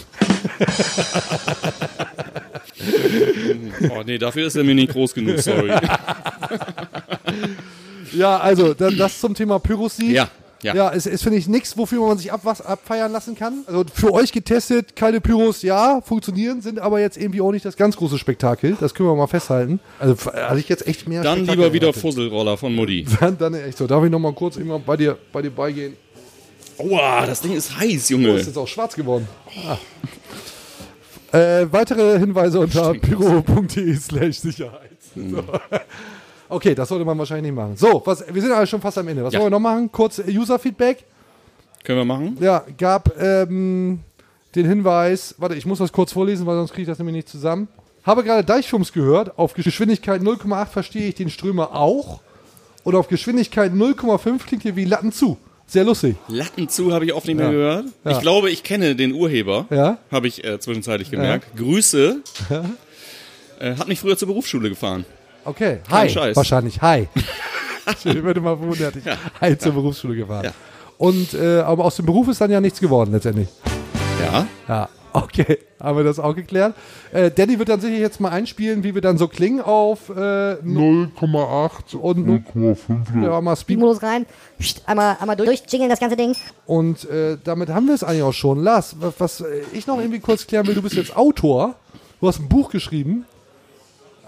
S5: oh nee, dafür ist er mir nicht groß genug, sorry.
S4: <laughs> ja, also da, das zum Thema Pyrosieg.
S5: Ja, ja.
S4: Ja, es ist, finde ich, nichts, wofür man sich abwas, abfeiern lassen kann. Also für euch getestet, keine Pyros, ja, funktionieren, sind aber jetzt irgendwie auch nicht das ganz große Spektakel. Das können wir mal festhalten. Also f- hatte ich jetzt echt mehr
S5: Dann
S4: Spektakel
S5: lieber wieder
S4: erwartet.
S5: Fusselroller von Mutti.
S4: <laughs> Dann, dann echt so. Darf ich nochmal kurz immer bei dir, bei dir beigehen?
S5: Aua, das Ding ist heiß,
S4: Oh,
S5: Junge.
S4: ist jetzt auch schwarz geworden. Ah. Äh, weitere Hinweise unter pyro.de slash Sicherheit. So. <laughs> Okay, das sollte man wahrscheinlich nicht machen. So, was, wir sind aber schon fast am Ende. Was
S5: Ja.
S4: wollen wir noch machen? Kurz äh, User-Feedback.
S5: Können wir machen?
S4: Ja, gab ähm, den Hinweis, warte, ich muss das kurz vorlesen, weil sonst kriege ich das nämlich nicht zusammen. Habe gerade Deichschums gehört, auf Geschwindigkeit 0,8 verstehe ich den Strömer auch und auf Geschwindigkeit 0,5 klingt ihr wie Latten zu. Sehr lustig.
S5: Latten zu habe ich oft nicht mehr
S4: Ja.
S5: gehört.
S4: Ja.
S5: Ich glaube, ich kenne den Urheber.
S4: Ja.
S5: Habe ich äh, zwischenzeitlich gemerkt. Grüße. Äh, hat mich früher zur Berufsschule gefahren.
S4: Okay,
S5: Kein
S4: hi.
S5: Scheiß.
S4: Wahrscheinlich,
S5: <laughs>
S4: hi. ich würde mal vermuten, er hat dich
S5: Ja.
S4: <laughs> hi zur Berufsschule gefahren. Und, äh, aber aus dem Beruf ist dann ja nichts geworden letztendlich.
S5: Ja.
S4: Ja, <laughs> okay, haben wir das auch geklärt. Äh, Danny wird dann sicher jetzt mal einspielen, wie wir dann so klingen auf äh, 0,8 und 0,5. Ja, mal Speed.
S14: Modus rein. Psst, Einmal, einmal durch, durchjingeln das ganze Ding.
S4: Und äh, damit haben wir es eigentlich auch schon. Lars, wa- was äh, ich noch irgendwie kurz klären will, du bist jetzt Autor, du hast ein Buch geschrieben,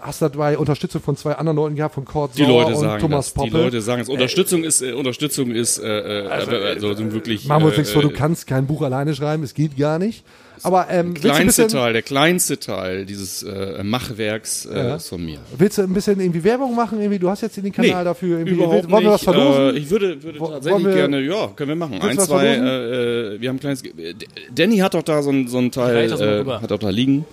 S4: hast dabei Unterstützung von zwei anderen Leuten gehabt, von Kurt
S5: Die
S4: Sauer
S5: Leute
S4: Oh, und
S5: sagen
S4: Thomas
S5: das.
S4: Poppe.
S5: Die Leute sagen es. Unterstützung ist, äh, Unterstützung ist, äh, äh, also, also sind wirklich.
S4: Machen wir uns
S5: äh,
S4: nichts vor, du
S5: äh,
S4: kannst kein Buch alleine schreiben, es geht gar nicht. Aber ähm, willst, du ein
S5: kleinste
S4: bisschen,
S5: Teil, der kleinste Teil dieses äh, Machwerks äh,
S4: Ja.
S5: ist von mir.
S4: willst du ein bisschen irgendwie Werbung machen? Irgendwie, du hast jetzt den Kanal
S5: Nee,
S4: dafür. Irgendwie,
S5: Überhaupt
S4: will- wollen wir was
S5: nicht.
S4: verlosen?
S5: Äh, ich würde, würde
S4: Wo-
S5: tatsächlich
S4: wollen wir-
S5: gerne, ja, können wir machen.
S4: Willst du
S5: Ein,
S4: was
S5: zwei,
S4: verlosen?
S5: äh, äh, wir haben ein kleines. Ge- äh, D- Danny hat doch da so ein, so ein Teil,
S4: Reich das mal
S5: äh,
S4: rüber.
S5: hat doch da liegen.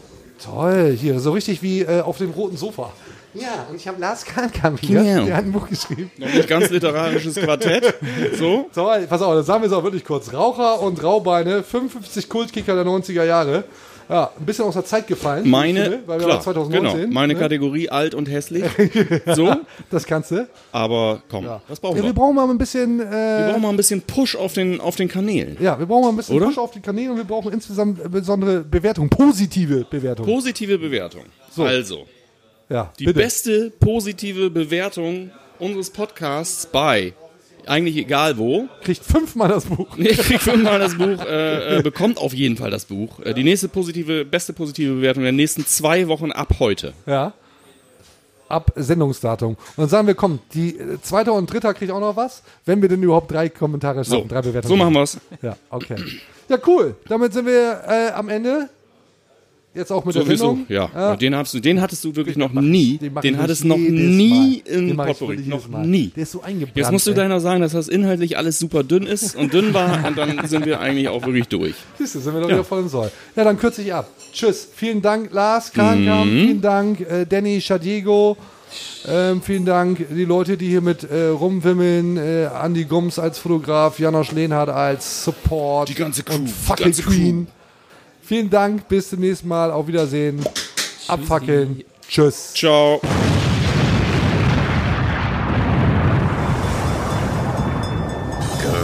S4: Toll, hier, so richtig wie äh, auf dem roten Sofa. Ja, und ich habe Lars Kahnkamp hier,
S5: Genau.
S4: der hat ein Buch geschrieben.
S5: Noch nicht ganz literarisches Quartett. So.
S4: Toll, pass auf, das sagen wir jetzt auch wirklich kurz. Raucher und Raubeine, 55 Kultkicker der 90er Jahre. Ja, ein bisschen aus der Zeit gefallen. wie ich
S5: Meine,
S4: finde, weil wir
S5: klar,
S4: waren 2019.
S5: genau, meine
S4: ne?
S5: Kategorie alt und
S4: <laughs>
S5: hässlich. So,
S4: Das kannst du.
S5: aber komm, was brauchen
S4: Ja,
S5: wir?
S4: wir brauchen mal ein bisschen. Äh,
S5: Wir brauchen mal ein bisschen Push auf den, auf den Kanälen.
S4: ja, wir brauchen mal ein bisschen
S5: Oder?
S4: Push auf die Kanäle und wir brauchen insgesamt besondere Bewertung, positive Bewertung.
S5: Positive Bewertung. Also,
S4: ja,
S5: die
S4: bitte.
S5: beste positive Bewertung unseres Podcasts bei, eigentlich egal wo, <laughs>
S4: Kriegt fünfmal das Buch.
S5: Nee, kriegt fünfmal das Buch, äh, äh, bekommt auf jeden Fall das Buch. Äh, die nächste positive, beste positive Bewertung der nächsten zwei Wochen ab heute.
S4: Ja. Ab Sendungsdatum. Und dann sagen wir, komm, die äh, zweite und dritte kriegt auch noch was, wenn wir denn überhaupt drei Kommentare schaffen,
S5: So,
S4: drei Bewertungen.
S5: so machen wir's.
S4: Ja, okay. Ja, cool. Damit sind wir äh, am Ende. Jetzt auch mit
S5: Sowieso,
S4: der Sendung.
S5: ja. Aber Den, hast du, den hattest du wirklich noch nie. Den,
S4: mach ich
S5: hattest du noch
S4: wirklich jedes
S5: nie
S4: Mal. Den
S5: in
S4: mach ich
S5: Potpourri.
S4: wirklich
S5: Noch
S4: jedes Mal.
S5: nie.
S4: Der ist so eingebrannt,
S5: Jetzt musst du
S4: ey.
S5: gleich noch sagen, dass das inhaltlich alles super dünn ist und dünn war und dann sind wir eigentlich auch wirklich durch.
S4: Siehst du, sind wir doch
S5: Ja.
S4: wieder voll im Soll. Ja, dann kürze ich ab. Tschüss. Vielen Dank, Lars, Kahnkamp.
S5: Mhm.
S4: Vielen Dank, äh, Danny, Shadiego. Ähm, vielen Dank, die Leute, die hier mit äh, rumwimmeln. Äh, Andy Gums als Fotograf, Janosch Lehnhardt als Support. Die ganze Crew. Und Fackel
S5: ganze Crew.
S4: Queen. Vielen Dank, bis zum nächsten Mal. Auf Wiedersehen. Abfackeln. Tschüss.
S5: Ciao.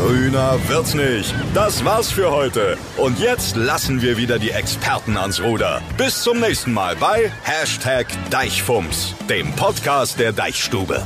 S2: Grüner wird's nicht. Das war's für heute. Und jetzt lassen wir wieder die Experten ans Ruder. Bis zum nächsten Mal bei Hashtag Deichfumms, dem Podcast der Deichstube.